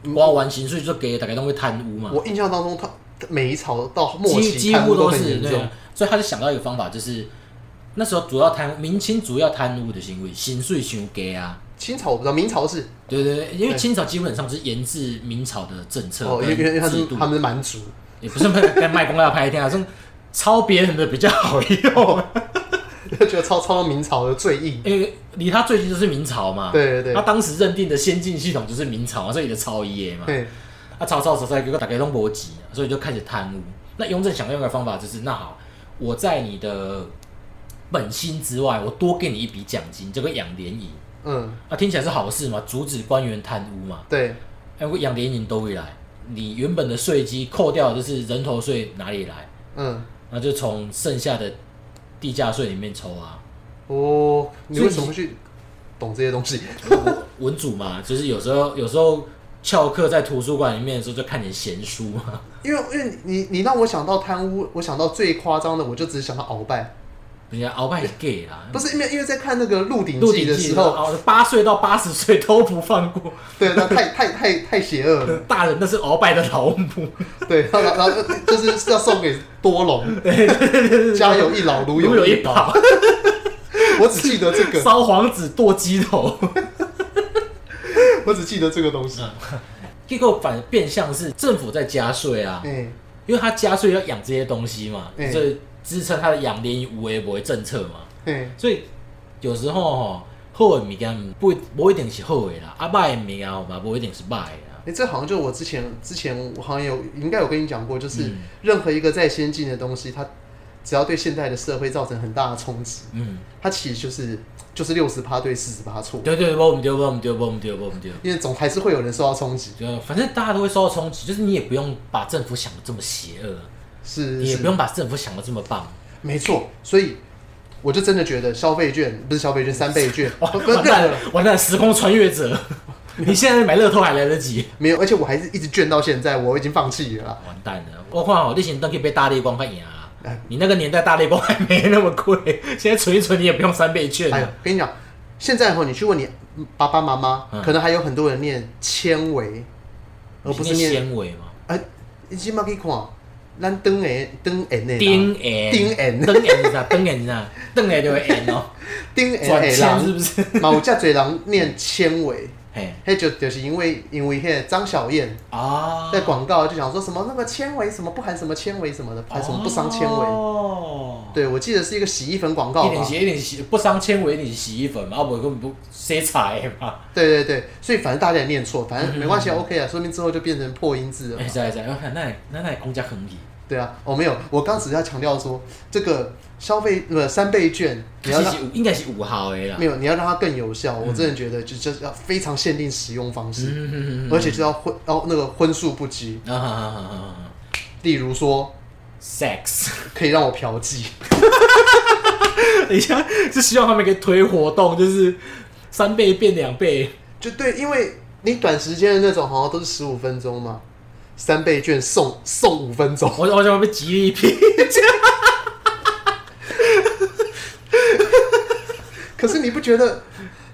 嗯挖完刑税就给大家都会贪污嘛，我印象当中他每一朝到末哦几期几贪污乎都很是严对重啊，，所以他就想到一个方法，就是那时候主要贪明清主要贪污的行为，刑税上给啊。清朝我不知道，明朝是对对对，因为对清朝基本上是沿自明朝的政策哦，因为因为他跟制是度，他们是蛮族， 也不是卖跟卖公要拍一天啊，是抄别人的比较好用，就超超到明朝的最硬。因为离他最近就是明朝嘛。对对他对当时认定的先进系统就是明朝嘛，所以就抄一嘛。对，啊，抄抄抄抄，结果大家都没急，所以就开始贪污。那雍正想用的方法就是，那好，我在你的本薪之外，我多给你一笔奖金，这个养廉银。嗯，啊，听起来是好事嘛，阻止官员贪污嘛。对，哎，我养廉银都会来，你原本的税基扣掉的就是人头税哪里来？嗯，那就从剩下的地价税里面抽啊。哦，你所以为什么会去懂这些东西？我文组嘛，就是有时候有时候翘课在图书馆里面的时候，就看点闲书嘛。因为因为你你让我想到贪污，我想到最夸张的，我就只是想到鳌拜，人家鳌拜是 gay 啦，不是因为因为在看那个《鹿鼎鹿记鼎》的记时的候，哦，八岁到八十岁都不放过。对，那太太太太邪恶 了，大人那是鳌拜的老母，对，然后然后就是要送给多 隆，家有一老，如如有有一一宝，宝，我只记得这个， 烧黄子剁鸡头。我只记得这个东西，结果反变相是政府在加税啊，哎，因为他加税要养这些东西嘛，嗯所以支撑他的养廉无为不为政策嘛。哎，所以有时候吼，好的物件不不一定是好的啦，啊歹的物件吼嘛不一定是歹的啦。哎，这好像就是我之前之前我好像有应该有跟你讲过，就是嗯任何一个再先进的东西，它只要对现代的社会造成很大的冲击，嗯，它其实就是就是六十趴对四十趴错，对对对，不我们丢，不我们丢，不我们丢，不我们丢。因为总还是会有人受到冲击，就反正大家都会受到冲击，就是你也不用把政府想的这么邪恶，是你也是不用把政府想的这么棒。没错，所以我就真的觉得消费券不是消费券，三倍 券，完不不是哦完蛋了，完蛋了，时空穿越者， 你现在买乐透还来得及。没有，而且我还是一直券到现在，我已经放弃了啦。完蛋了，我看好例行灯可以被大力光快赢啊哎！你那个年代大力光还没那么贵，现在存一存你也不用三倍券哎了呀。，跟你讲，现在哈，你去问你爸爸妈妈，嗯可能还有很多人念纤维，而不是你念纤维嘛，哎，你起码可以看，咱灯诶灯诶的啦丁眼丁眼灯眼是啥？灯眼是啥？灯眼就会眼哦， 丁转诶签是人，不是？嘛有遮侪人念纤维，嘿嘿就就是因为因为嘿张小燕啊，哦在广告就想说什么那个纤维什么不含什么纤维什么的，含什么不伤纤维。哦，对，我记得是一个洗衣粉广告一点吧洗。一点洗，不伤纤维一点洗衣粉嘛，啊不根本不洗菜的嘛。对对对，所以反正大家也念错，反正没关系啊，OK 哎啊，说明之后就变成破音字了哎，。在在，那那那那公家很厉，对啊，哦没有，我刚只是要强调说，这个消费呃三倍券，你 要其让实应该是五号的啦没。有，你要让它更有效。我真的觉得就就是要非常限定使用方式，嗯而且就要荤哦那个荤素不及， 啊啊啊啊啊啊例如说！sex， 可以让我嫖妓， 等一下是希望他们可以推活动，就是三倍变两倍，就对，因为你短时间的那种好像都是十五分钟嘛，三倍券送送五分钟， 我我想被吉利品。可是你不觉得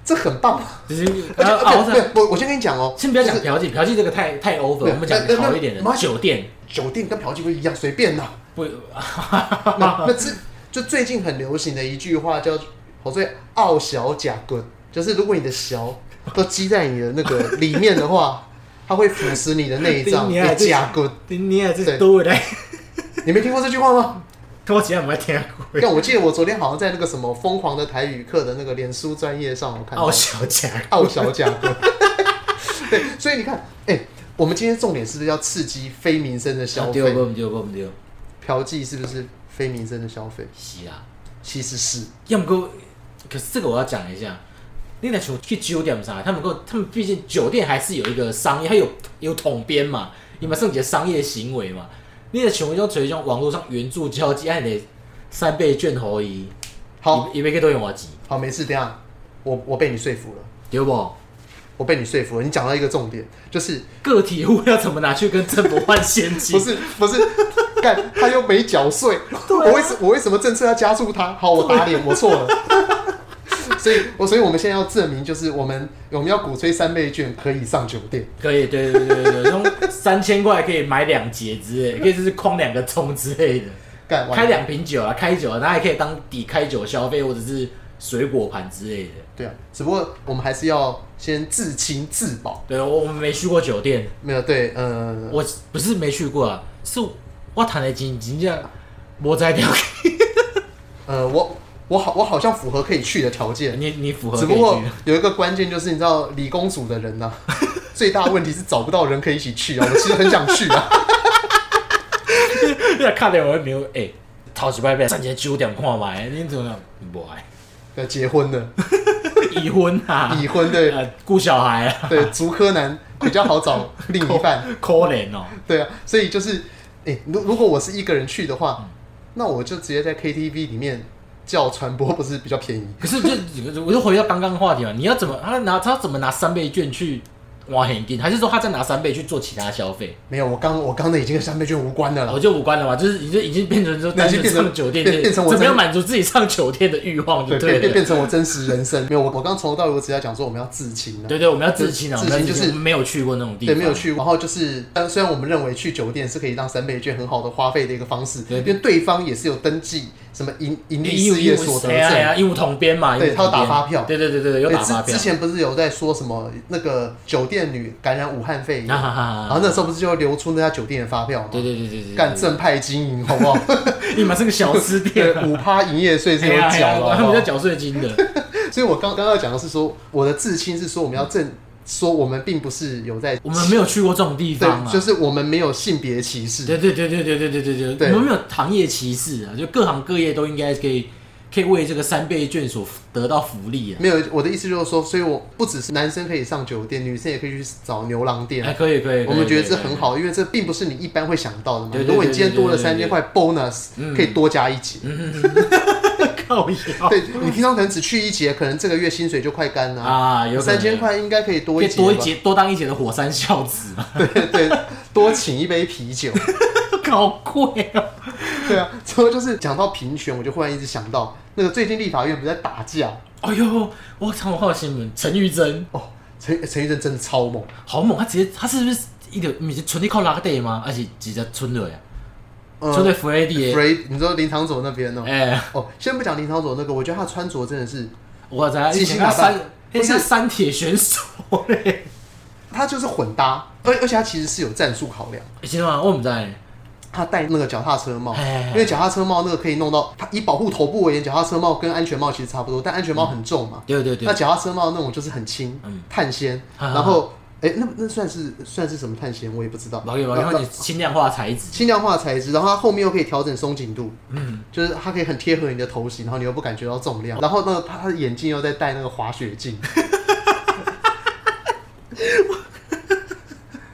这很棒吗？就是啊而且然后熬而且上，对，我我先跟你讲哦，先不要就讲是嫖妓，嫖妓这个太太 over，对我们讲那那好一点那的酒店酒店跟嫖妓不一样，随便啦。不 那那这就最近很流行的一句话叫“好最傲小假棍”，就是如果你的小都积在你的那个里面的话，它会腐蚀你的内脏， 你还被在假棍。 你也对是多的，你没听过这句话 吗？我其他没听 过。但我记得我昨天好像在那个什么疯狂的台语课的那个脸书专业上，我看到傲哦小 姐，傲小假棍。 对，所以你看，哎、我们今天重点是不是要刺激非民生的消啊对不费？对？对不对？嫖妓是不是非民生的消费？是啊，其实是，要么够，可是这个我要讲一下。你那球去酒店啥？他们够，他们毕竟酒店还是有一个商业，还有有统编嘛，你们算一个商业行为嘛。你那球就垂向网络上援助交际，按你三倍券可以，好，一每个都用我几，好，没事，等一下我我被你说服了，对不？我被你说服了。你讲到一个重点，就是个体户要怎么拿去跟政府换现 金？不是不是干他又没缴 税，啊我为什我为什么政策要加注他？好，我打脸，我错了。 所以，我所以我们现在要证明，就是我们我们要鼓吹三倍券可以上酒店。可以，对对对对对， 用三千块可以买两节之类，可以就是框两个钟之类的，干 完开两瓶酒啊，开酒啊，它还可以当抵开酒消费或者是水果盘之类的。对啊，只不过我们还是要先自清自保。对，我我们没去过酒店，没有对，呃，我不是没去过啊，是我谈的金金价，我在聊，呃，我我好我好像符合可以去的条件，你你符合只可以不过去，有一个关键就是，你知道理工组的人呐、最大问题是找不到人可以一起去啊。我其实很想去啊， 你看了我没有？哎、头一摆变三千九点看买，你怎么样？不爱要结婚了，已婚啊， 已婚对呃顾小孩啊，对，足科男比较好找另一半，可怜哦、对啊，所以就是，诶，如如果我是一个人去的嗯话，那我就直接在 KTV 里面叫传播，不是比较便宜？可是就我就回到刚刚的话题嘛，你要怎么他拿他怎么拿三倍券去挖现金，还是说他再拿三倍去做其他消费？没有，我刚我刚的已经跟三倍券无关的我了。就无关了嘛，就是已经已经变成说单纯上酒店，变变成我怎么样满足自己上酒店的欲望就对，变对变了。变成我真实人生。没有，我我刚从头到尾我只要讲说我们要自清啊，对对，我们要自清啊，我自清们要自就是清我们没有去过那种地对，方，没有。去。然后就是，但虽然我们认为去酒店是可以让三倍券很好的花费的一个方式，对因为对方也是有登记什么盈盈利义务事义业务所得哎呀哎呀，证。义务统编嘛，对义务他有打统编发票对对对对对，有对打发之票之。前不是有在说什么那个酒店女感染武汉肺炎，啊然哈哈后哈，那时候不是就流出那家酒店的发票吗？对对对对对，干这，正派经营好不 好？你们是个小吃对店，啊，五趴营业税是有哎啊呀哎缴呀了，他好们不在好缴税金的。所以我刚刚要讲的是说，我的至亲是说我们要正说我们并不是有在我们没有去过这种地方啊对，，就是我们没有性别歧视，对对对对对对对对对，对我们没有行业歧视啊，就各行各业都应该可以可以为这个三倍券所得到福利啊，没有，我的意思就是说，所以我不只是男生可以上酒店，女生也可以去找牛郎还店。哎可以可以，可以嗯我们觉得这很。可以好，因为这并不是你一般会想到的嘛。对对对如果你今天多了对对三对嗯千块 bonus，可以多加一节。靠腰对你平常可能只去一节，可能这个月薪水就快干了。啊，有可能三千块应该可以多一可以节，多一，节多当一节的火山孝子啊， 对对，多请一杯啤酒。好贵啊！对啊，之后就是讲到平权，我就忽然一直想到那个最近立法院不是在打架哎呦，我常我看到新闻，陈玉珍哦，陈陈玉珍真的超猛，好猛，他直接他是不是一个不是纯力靠拉地吗？还是直接村落呀？呃村落弗雷迪的， ，Fred，你知道林长佐那边呢？哎，哦，先不讲林长佐那个，我觉得他的穿着真的是，我知道，七以星前打他扮三，不那是是三铁选手嘞， 他就是混搭，而而且他其实是有战术考量。你知道哎吗？我不知道。他戴那个脚踏车帽哎哎哎，因为脚踏车帽那个可以弄到，他以保护头部为言，脚踏车帽跟安全帽其实差不多，但安全帽很重嘛，嗯对对对那，脚踏车帽那种就是很轻嗯，碳纤，啊然后哎、那那算是算是什么碳纤？我也不知道。老有老然后有，你轻量化材质，轻量化材质，然后它后面又可以调整松紧度，嗯，就是它可以很贴合你的头型，然后你又不感觉到重量。然后呢，它的眼镜又在戴那个滑雪镜，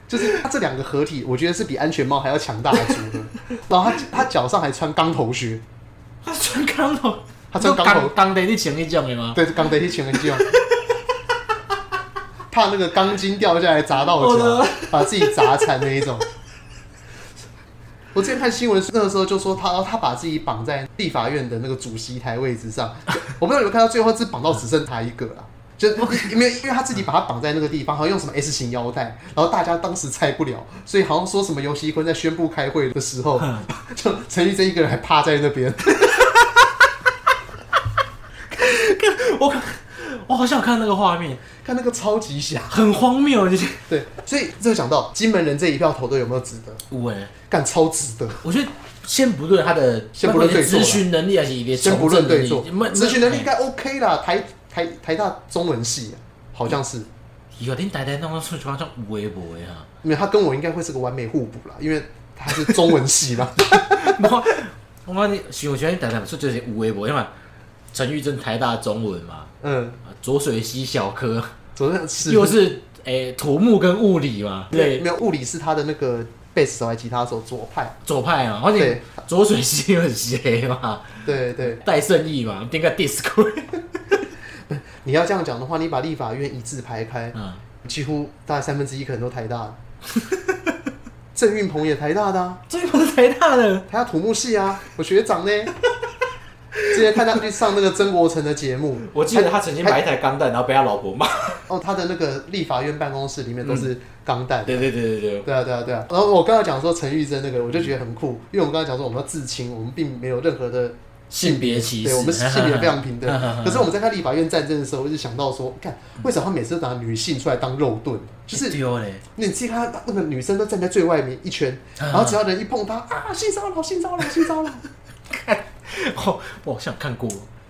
就是它这两个合体，我觉得是比安全帽还要强大的组合。然后他他脚上还穿钢头靴，他穿钢头，他穿钢头钢钢的，你穿那种的吗？对，钢的一拳很用，怕那个钢筋掉下来砸到我脚的，把自己砸残那一种。我之前看新闻，那个时候就说他他把自己绑在立法院的那个主席台位置上，我不知道你们看到最后，只绑到只剩他一个了。就没有，因为他自己把他绑在那个地方，好像用什么 S 型腰带，然后大家当时猜不了，所以好像说什么尤熙坤在宣布开会的时候，就陈玉珍一个人还趴在那边， 我我好想看那个画面，看那个超级瞎。很荒谬，就是对，所以这就讲到金门人这一票投的有没有值得？我干超值得，我觉得先不论他的，先不论对错啦咨询能力还是一个先不论对错，从政咨询能力应该 OK 啦。台台台大中文系啊好像是，有点呆呆弄到出去，好像无微博呀。没有他跟我应该会是个完美互补啦，因为他是中文系啦。我我讲你，我觉得你呆呆出就是无微博，因为陈玉珍台大中文嘛，嗯，啊浊水溪小科昨天是又是诶土木跟物理嘛，对，对，没有物理是他的那个贝斯手还是吉他手左派，左派嘛，而且对浊水溪又很邪嘛， 对对。戴胜义嘛，顶个 disco， 你要这样讲的话，你把立法院一字排开，嗯，几乎大概三分之一可能都台大的。郑运鹏也台大的、啊，这一波是台大的，台大土木系啊，我学长呢。 之前看他去上那个曾国成的节目，我记得他曾经买一台钢弹，然后被他老婆骂，哦，他的那个立法院办公室里面都嗯是钢弹。 对对对对对，对啊，对啊，对啊。然后我刚才讲说陈玉珍那个，我就觉得很嗯酷，因为我们刚才讲说我们要自清，我们并没有任何的性别歧视，对我们性别非常平嗯 等。可是我们在看立法院战争的时候，我就想到说，看为什么他每次都拿女性出来当肉盾？就是丢嘞， 你自己看他那个女生都站在最外面一圈，嗯然后只要人一碰她啊，性骚扰，性骚扰，性 骚扰。哦，我好像看过，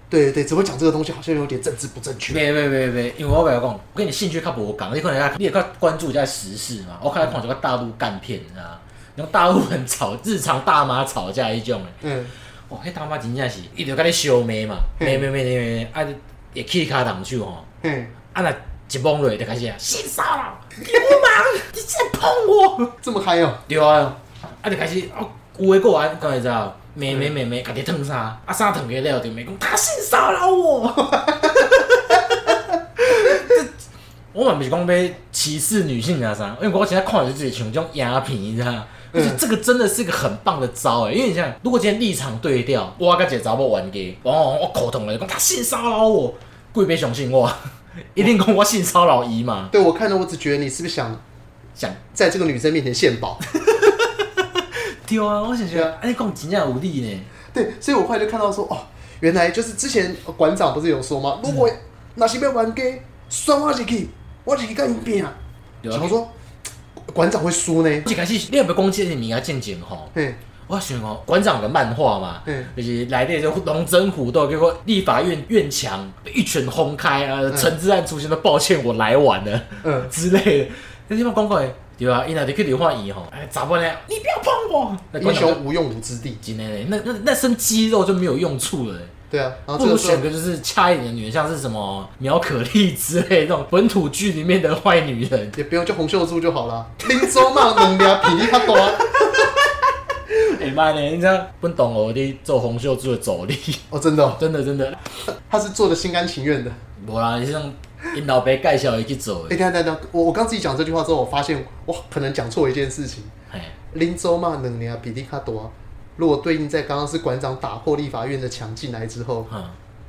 对对，只会讲这个东西好像有点政治不正确。没没没没，因为我白讲，我跟你兴趣较无共，你可能要你也较关注一下时事嘛。我看看这个大陆干片啊，那种大陆人吵日常大妈吵架迄种的，嗯，哇，哦迄大妈真正是伊就甲你烧骂嘛，骂骂骂骂骂，啊会起骹动手吼，嘿，啊若一摸落就开始啊性骚扰，流氓，你竟然碰我，这么嗨哦。对啊，啊就开始哦，有诶个安，敢会知道？骂骂骂骂，家己烫衫，啊衫烫起了就骂讲他性骚扰我。 我嘛不是讲要歧视女性啊啥，因为我现在看了就自己像这种鸦片，你知道吗？而且这个真的是一个很棒的招哎、因为你想，如果今天立场对调，我跟一个查某冤家，往往我口痛了，讲他性骚扰我，贵别相信我， 一定讲我性骚扰伊嘛，对我看了，我只觉得你是不是想想在这个女生面前献宝？ 对啊，我想觉对得，啊你讲真正有理呢，对，所以我后来就看到说，哦，原来就是之前馆长不是有说吗？嗯如果那是要玩 gay，算我一去，我一去跟你拼啊。对然啊后，说馆长会输呢，一开始你有没有讲这个名啊正经吼？嘿，我想哦，馆长的漫画嘛，嗯就是来的就龙争虎斗，结果立法院院墙被一拳轰开，呃，陈志安出现了，抱歉，我来晚了、嗯，之类的。那地方广告的对吧？伊若就去流化伊吼，哎，咋办呢？你不要碰我！那英馆长就雄无用武之地。真的嘞，那那那身肌肉就没有用处了。对啊，然后不这如个时选候个就是掐一点的女人，像是什么苗可丽之类那种本土剧里面的坏 女人。也不用叫洪秀柱就好了，林州嘛，能量比例较大。哎妈呢，你知道本懂我的做红袖珠的助理， 哦，真的哦、真的真的。他是做的心甘情愿的。无啦，你是用因老爸介绍伊去做哎、的。等一下等一下等一下，我我刚自己讲这句话之后，我发现我可能讲错一件事情。嘿，林州嘛，能量比例较大。如果对应在刚刚是馆长打破立法院的墙进来之后，嗯，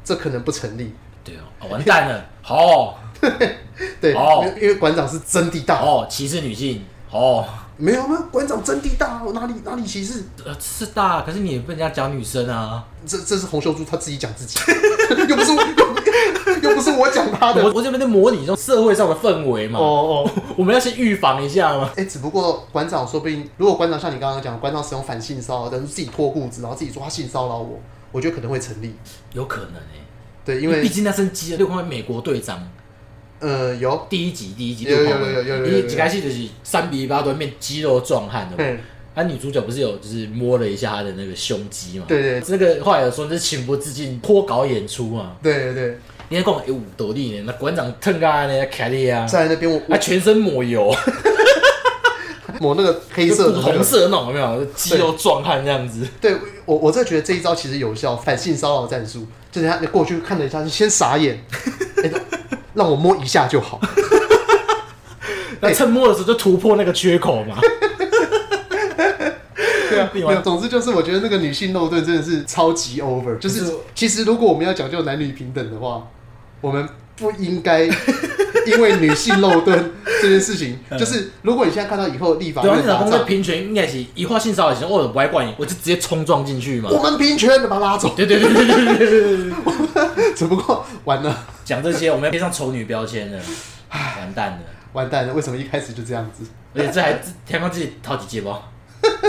这可能不成立。对哦，哦完蛋了， 好对，哦因为因为馆长是真地大，哦，歧视女性，哦，没有吗？馆长真地大，我哪里哪里歧视？呃是大，可是你也不能这样讲女生啊。这这是洪秀柱他自己讲自己， 又不是我又又不是我讲他的。我我这边在模拟这种社会上的氛围嘛，哦哦，我们要先预防一下嘛。哎、只不过馆长说不定，如果馆长像你刚刚讲，馆长使用反性骚扰，但是自己脱裤子，然后自己说他性骚扰我，我觉得可能会成立。有可能哎、对，因因为为啊毕竟那身肌肉，六块美国队长，呃，有，第一集第一集有六号有有有有有你有一开始就是三比八对面肌肉壮汉的嘛。嗯，他啊女主角不是有就是摸了一下他的那个胸肌嘛？对对那个后来有说这是情不自禁脱稿演出嘛？对对对，你看讲有道理呢，那馆长疼啊那凯莉啊，在那边 我他全身抹油，我抹那个黑色的、就那古个铜色那种有没有？肌肉壮汉这样子。对我，我真的觉得这一招其实有效，反性骚扰战术，就是他过去看了一下，就先傻眼，哎让我摸一下就好。那趁摸的时候就突破那个缺口嘛。对啊， 另没有，外总之就是我觉得那个女性肉盾真的是超级 over，就是是其实如果我们要讲究男女平等的话，我们不应该因为女性肉盾这件事情，就是如果你现在看到以后立法嗯对啊，院你老打公在仗，平权应该是一化性骚扰前，我不爱管你，我就直接冲撞进去嘛我。们平权的把他拉走， 对对对对对对对对对。只不过完了，讲这些，我们要贴上丑女标签了，完蛋了！完蛋了，为什么一开始就这样子？而且这还天光自己掏几集吗？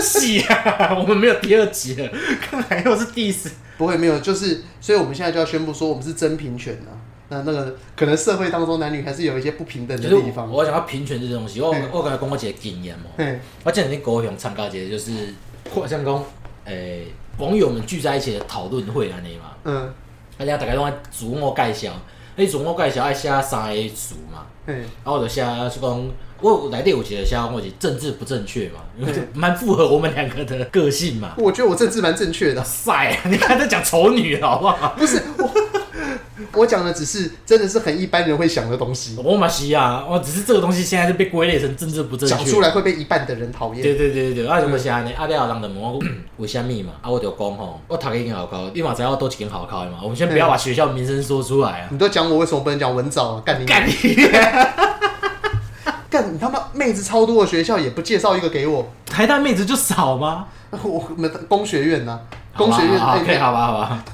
是啊，我们没有第二集了，看来又是第四。不会，没有，就是，所以我们现在就要宣布说，我们是真平权啊。那那个可能社会当中男女还是有一些不平等就的是地我方。我想要平权这东西，我嗯我跟他讲我一个经验哦，嘿，我之前跟高雄参加一个就是扩像讲诶网友们聚在一起的讨论会安尼嘛，嗯，啊，然后大家拢爱自我介绍，你自我介绍爱写三个词嘛。嘿，然后我就写啊是讲，我有来第五集的写，我是政治不正确嘛，因嗯为这蛮符合我们两个的个性嘛。我觉得我政治蛮正确的。 晒，啊 你看在讲丑女好不好？ 我讲的只是真的是很一般人会想的东西，我马西啊，我只是这个东西现在就被归类成政治不正确。讲出来会被一半的人讨厌。对对对对对，啊，嗯什么是安尼？啊，了有人就问 我讲为什么嘛？啊，我就讲吼，我读一间好考，你嘛知道我多一间好考的嘛？我们先不要把学校名声说出来啊。你都讲我为什么不能讲文藻啊？干你干你！ 干你他妈妹子超多的学校也不介绍一个给我， 台大妹子就少吗？我们工学院呐、工学院好吧好吧哎，OK，好吧，好吧。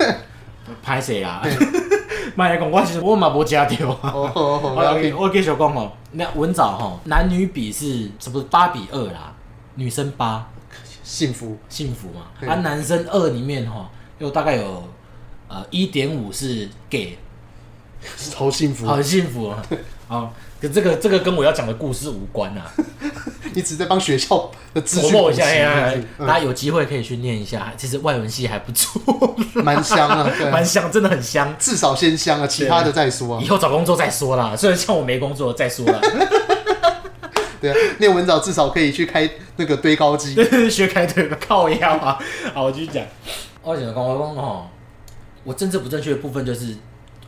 拍谁啊？ 卖来讲，我其实我嘛无食着啊。哦哦哦 我，OK，我继续讲哦，那文藻吼，男女比是是不是八比二啦？女生八，幸福幸福嘛。对啊，男生二里面哈，有大概有呃一点五是给，超幸福，很幸福啊。好，可这个这个跟我要讲的故事无关 啊。你只是在帮学校的资琢讯磨补一下，哎哎哎习，大家有机会可以去念一下，其实外文系还不 错，嗯蛮香啊，对啊蛮香，真的很香。至少先香啊，其他的再说啊以。后找工作再说啦，虽然像我没工作再说啦， 对啊，念文藻至少可以去开那个堆高机。学开腿的靠腰啊。好，我继续讲。我想讲，我讲吼，哦我政治不正确的部分就是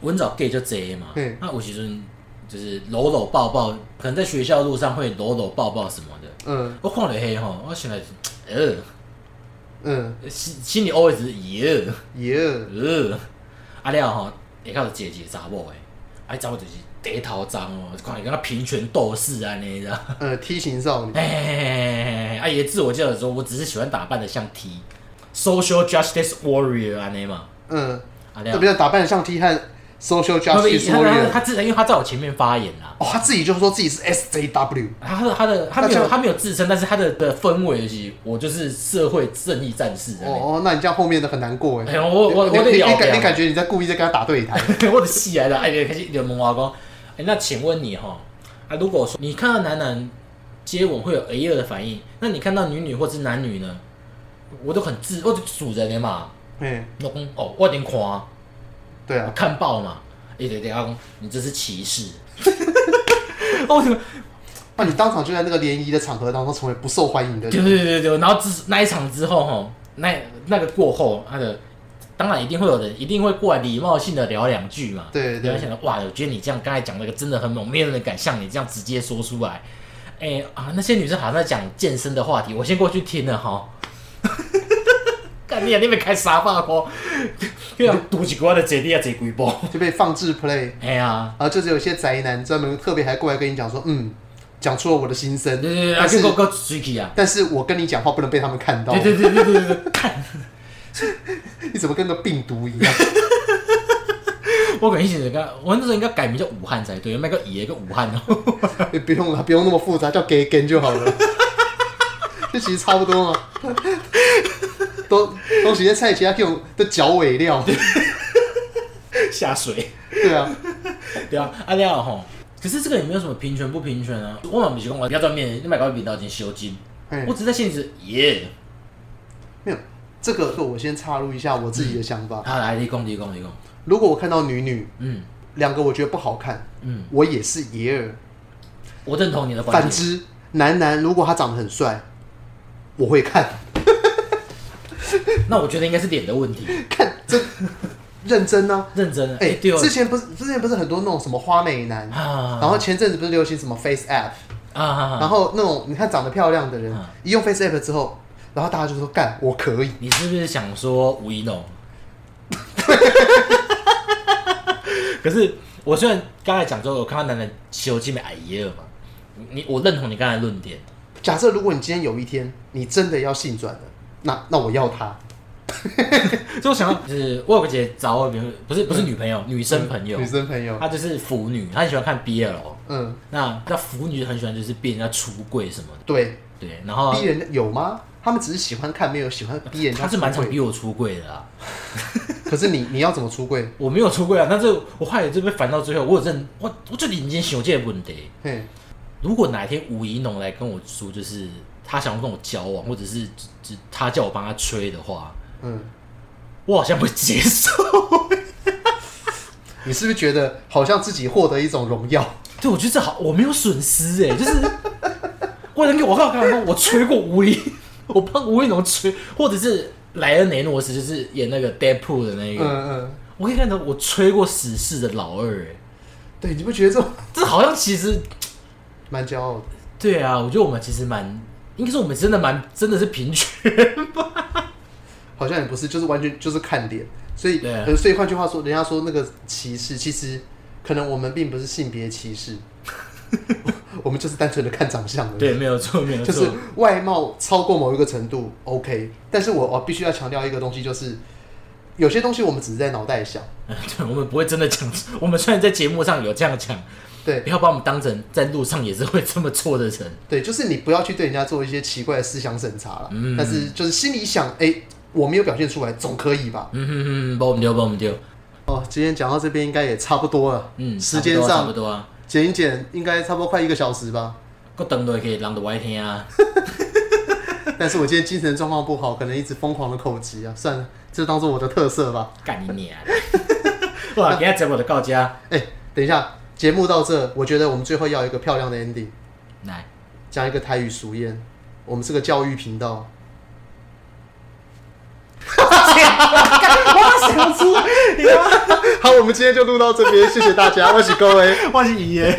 文藻 gay 就这嘛嗯，那我其实就是搂搂抱抱，可能在学校路上会搂搂抱抱什么的。嗯我看了黑吼，我想来，呃，嗯，心心里 always 是耶耶、呃，啊了吼，下骹有姐姐查某诶，啊查某就是低头脏哦，看你跟他平权斗士安尼的。呃，T 型少女，哎，阿爷自我介绍说，我只是喜欢打扮的像 T，social justice warrior 安尼嘛，嗯，啊那特样。别是打扮得像 T 和 Social 他被 Justice 他他 Warrior，他自然，因为他在我前面发言啦。哦，他自己就说自己是 SJW，他的他的他没那这有样他没有自称，但是他的的氛围是，我就是社会正义战士安尼。哦哦，那你这样后面的很难过哎哎。呦，我我我你得你了你感你解感觉你在故意在跟他打 对台，我的戏来了，哎，开始就问我讲，哎、那请问你哈，啊，如果说你看到男男接吻会有 A 二的反应，那你看到女女或是男女呢？我都很自，我就主人的嘛，嗯，我讲哦，我点看啊，对我啊，看爆嘛，哎、对对，阿公，你这是歧视。哦，什么？那你当场就在那个联谊的场合当中成为不受欢迎的对人，对对对，然后之那一场之后哈，那那个过后，他的当然一定会有人一定会过来礼貌性的聊两句嘛。对对，对我想到哇，我觉得你这样刚才讲那个真的很猛，没有人敢像你这样直接说出来。哎、啊，那些女生好像在讲健身的话题，我先过去听了哈。干你啊！你们开沙发哦，对啊，赌一个的坐你啊坐几波。就被放置 play，哎呀，然后啊就是有一些宅男专门特别还过来跟你讲说，嗯，讲出了我的心声，对对对，啊，但结是果够水气啊！但是我跟你讲话不能被他们看到， 对对对对对对，看，你怎么跟个病毒一样？我感觉现在个，我那时候应该改名叫武汉才对，卖个爷个武汉哦。也不用了，不用那么复杂，叫 gay g a n 就好了。这其实差不多嘛，都都直接菜其他这种的脚尾料， 下水。对啊，对啊，啊了吼，可是这个也没有什么平权不平权啊。我嘛不是讲我比较正面，你买高频道已经修金，嘿我只是在现实耶。哎没有这个，我先插入一下我自己的想法。好，来立功立功立功。如果我看到女女嗯两个我觉得不好看，嗯，我也是耶尔。我认同你的观反点。之，男男如果他长得很帅，我会看。那我觉得应该是脸的 问题，认真呢、认真的。哎、哎，对哦之前不是之前不是很多那种什么花美男，啊，然后前阵子不是流行什么 Face App，、啊啊然啊，后那种你看长得漂亮的人，啊一用 Face App 之后，然后大家就说干我可以，你是不是想说吴一 农？可是我虽然刚才讲说，我看到男人修金没矮耶了嘛，你我认同你刚才的论点，假设如果你今天有一天你真的要性转了，那那我要他，所以我想到就是我有个姐找我，比如不是不是女朋友，女生朋友嗯女，生朋友，她就是腐女，她很喜欢看 BL，嗯，那那腐女很喜欢就是逼人家出柜什么的，对，对，然后逼人家有吗？他们只是喜欢看，没有喜欢逼人家。她是蛮常逼，我出柜的啦，可是你你要怎么出柜？我没有出柜啊，但是我后来就被烦到最后，我有认我我就已经想这个问题，嘿，如果哪一天吴怡农来跟我说，就是他想要跟我交往，或者是只只他叫我帮他吹的话，嗯，我好像会接受。 你是不是觉得好像自己获得一种荣耀？对，我觉得这好，我没有损失哎、就是我能给我靠干嘛？我吹过吴怡，我帮吴怡农吹，或者是莱恩雷诺斯，就是演那个 Deadpool 的那嗯个，嗯，我可以看到我吹过死侍的老二哎、对，你不觉得这种这好像其实蛮骄傲的？对啊，我觉得我们其实蛮，应该说我们真的蛮真的是平权。 好像也不是，就是完全就是看脸。所以，对啊呃所以换句话说，人家说那个歧视，其实可能我们并不是性别歧 视，我们就是单纯的看长相而已。对，，没有错，没有就错，是外貌超过某一个程度，OK。但是我我哦必须要强调一个东西，就是有些东西我们只是在脑袋想，嗯 对，我们不会真的讲。我们虽然在节目上有这样讲，对不要把我们当成在路上也是会这么做的人。对，就是你不要去对人家做一些奇怪的思想审查了。嗯但是就是心里想，哎、我没有表现出来，总可以吧？嗯哼哼，把我们丢，把我们丢。哦，今天讲到这边应该也差不多了，嗯，时间上差不多啊，剪一剪应该差不多快一个小时吧。够等落可以让的歪听啊。但是我今天精神状况不好，可能一直疯狂的口疾啊。算了，就当做我的特色吧。干你 娘！哇，给他节目的告家哎、等一下，节目到这，我觉得我们最后要有一个漂亮的 ending，来，讲一个台语俗谚。我们是个教育频道，我想出， 好，我们今天就录到这边，谢谢大家，我是各位。我是爷。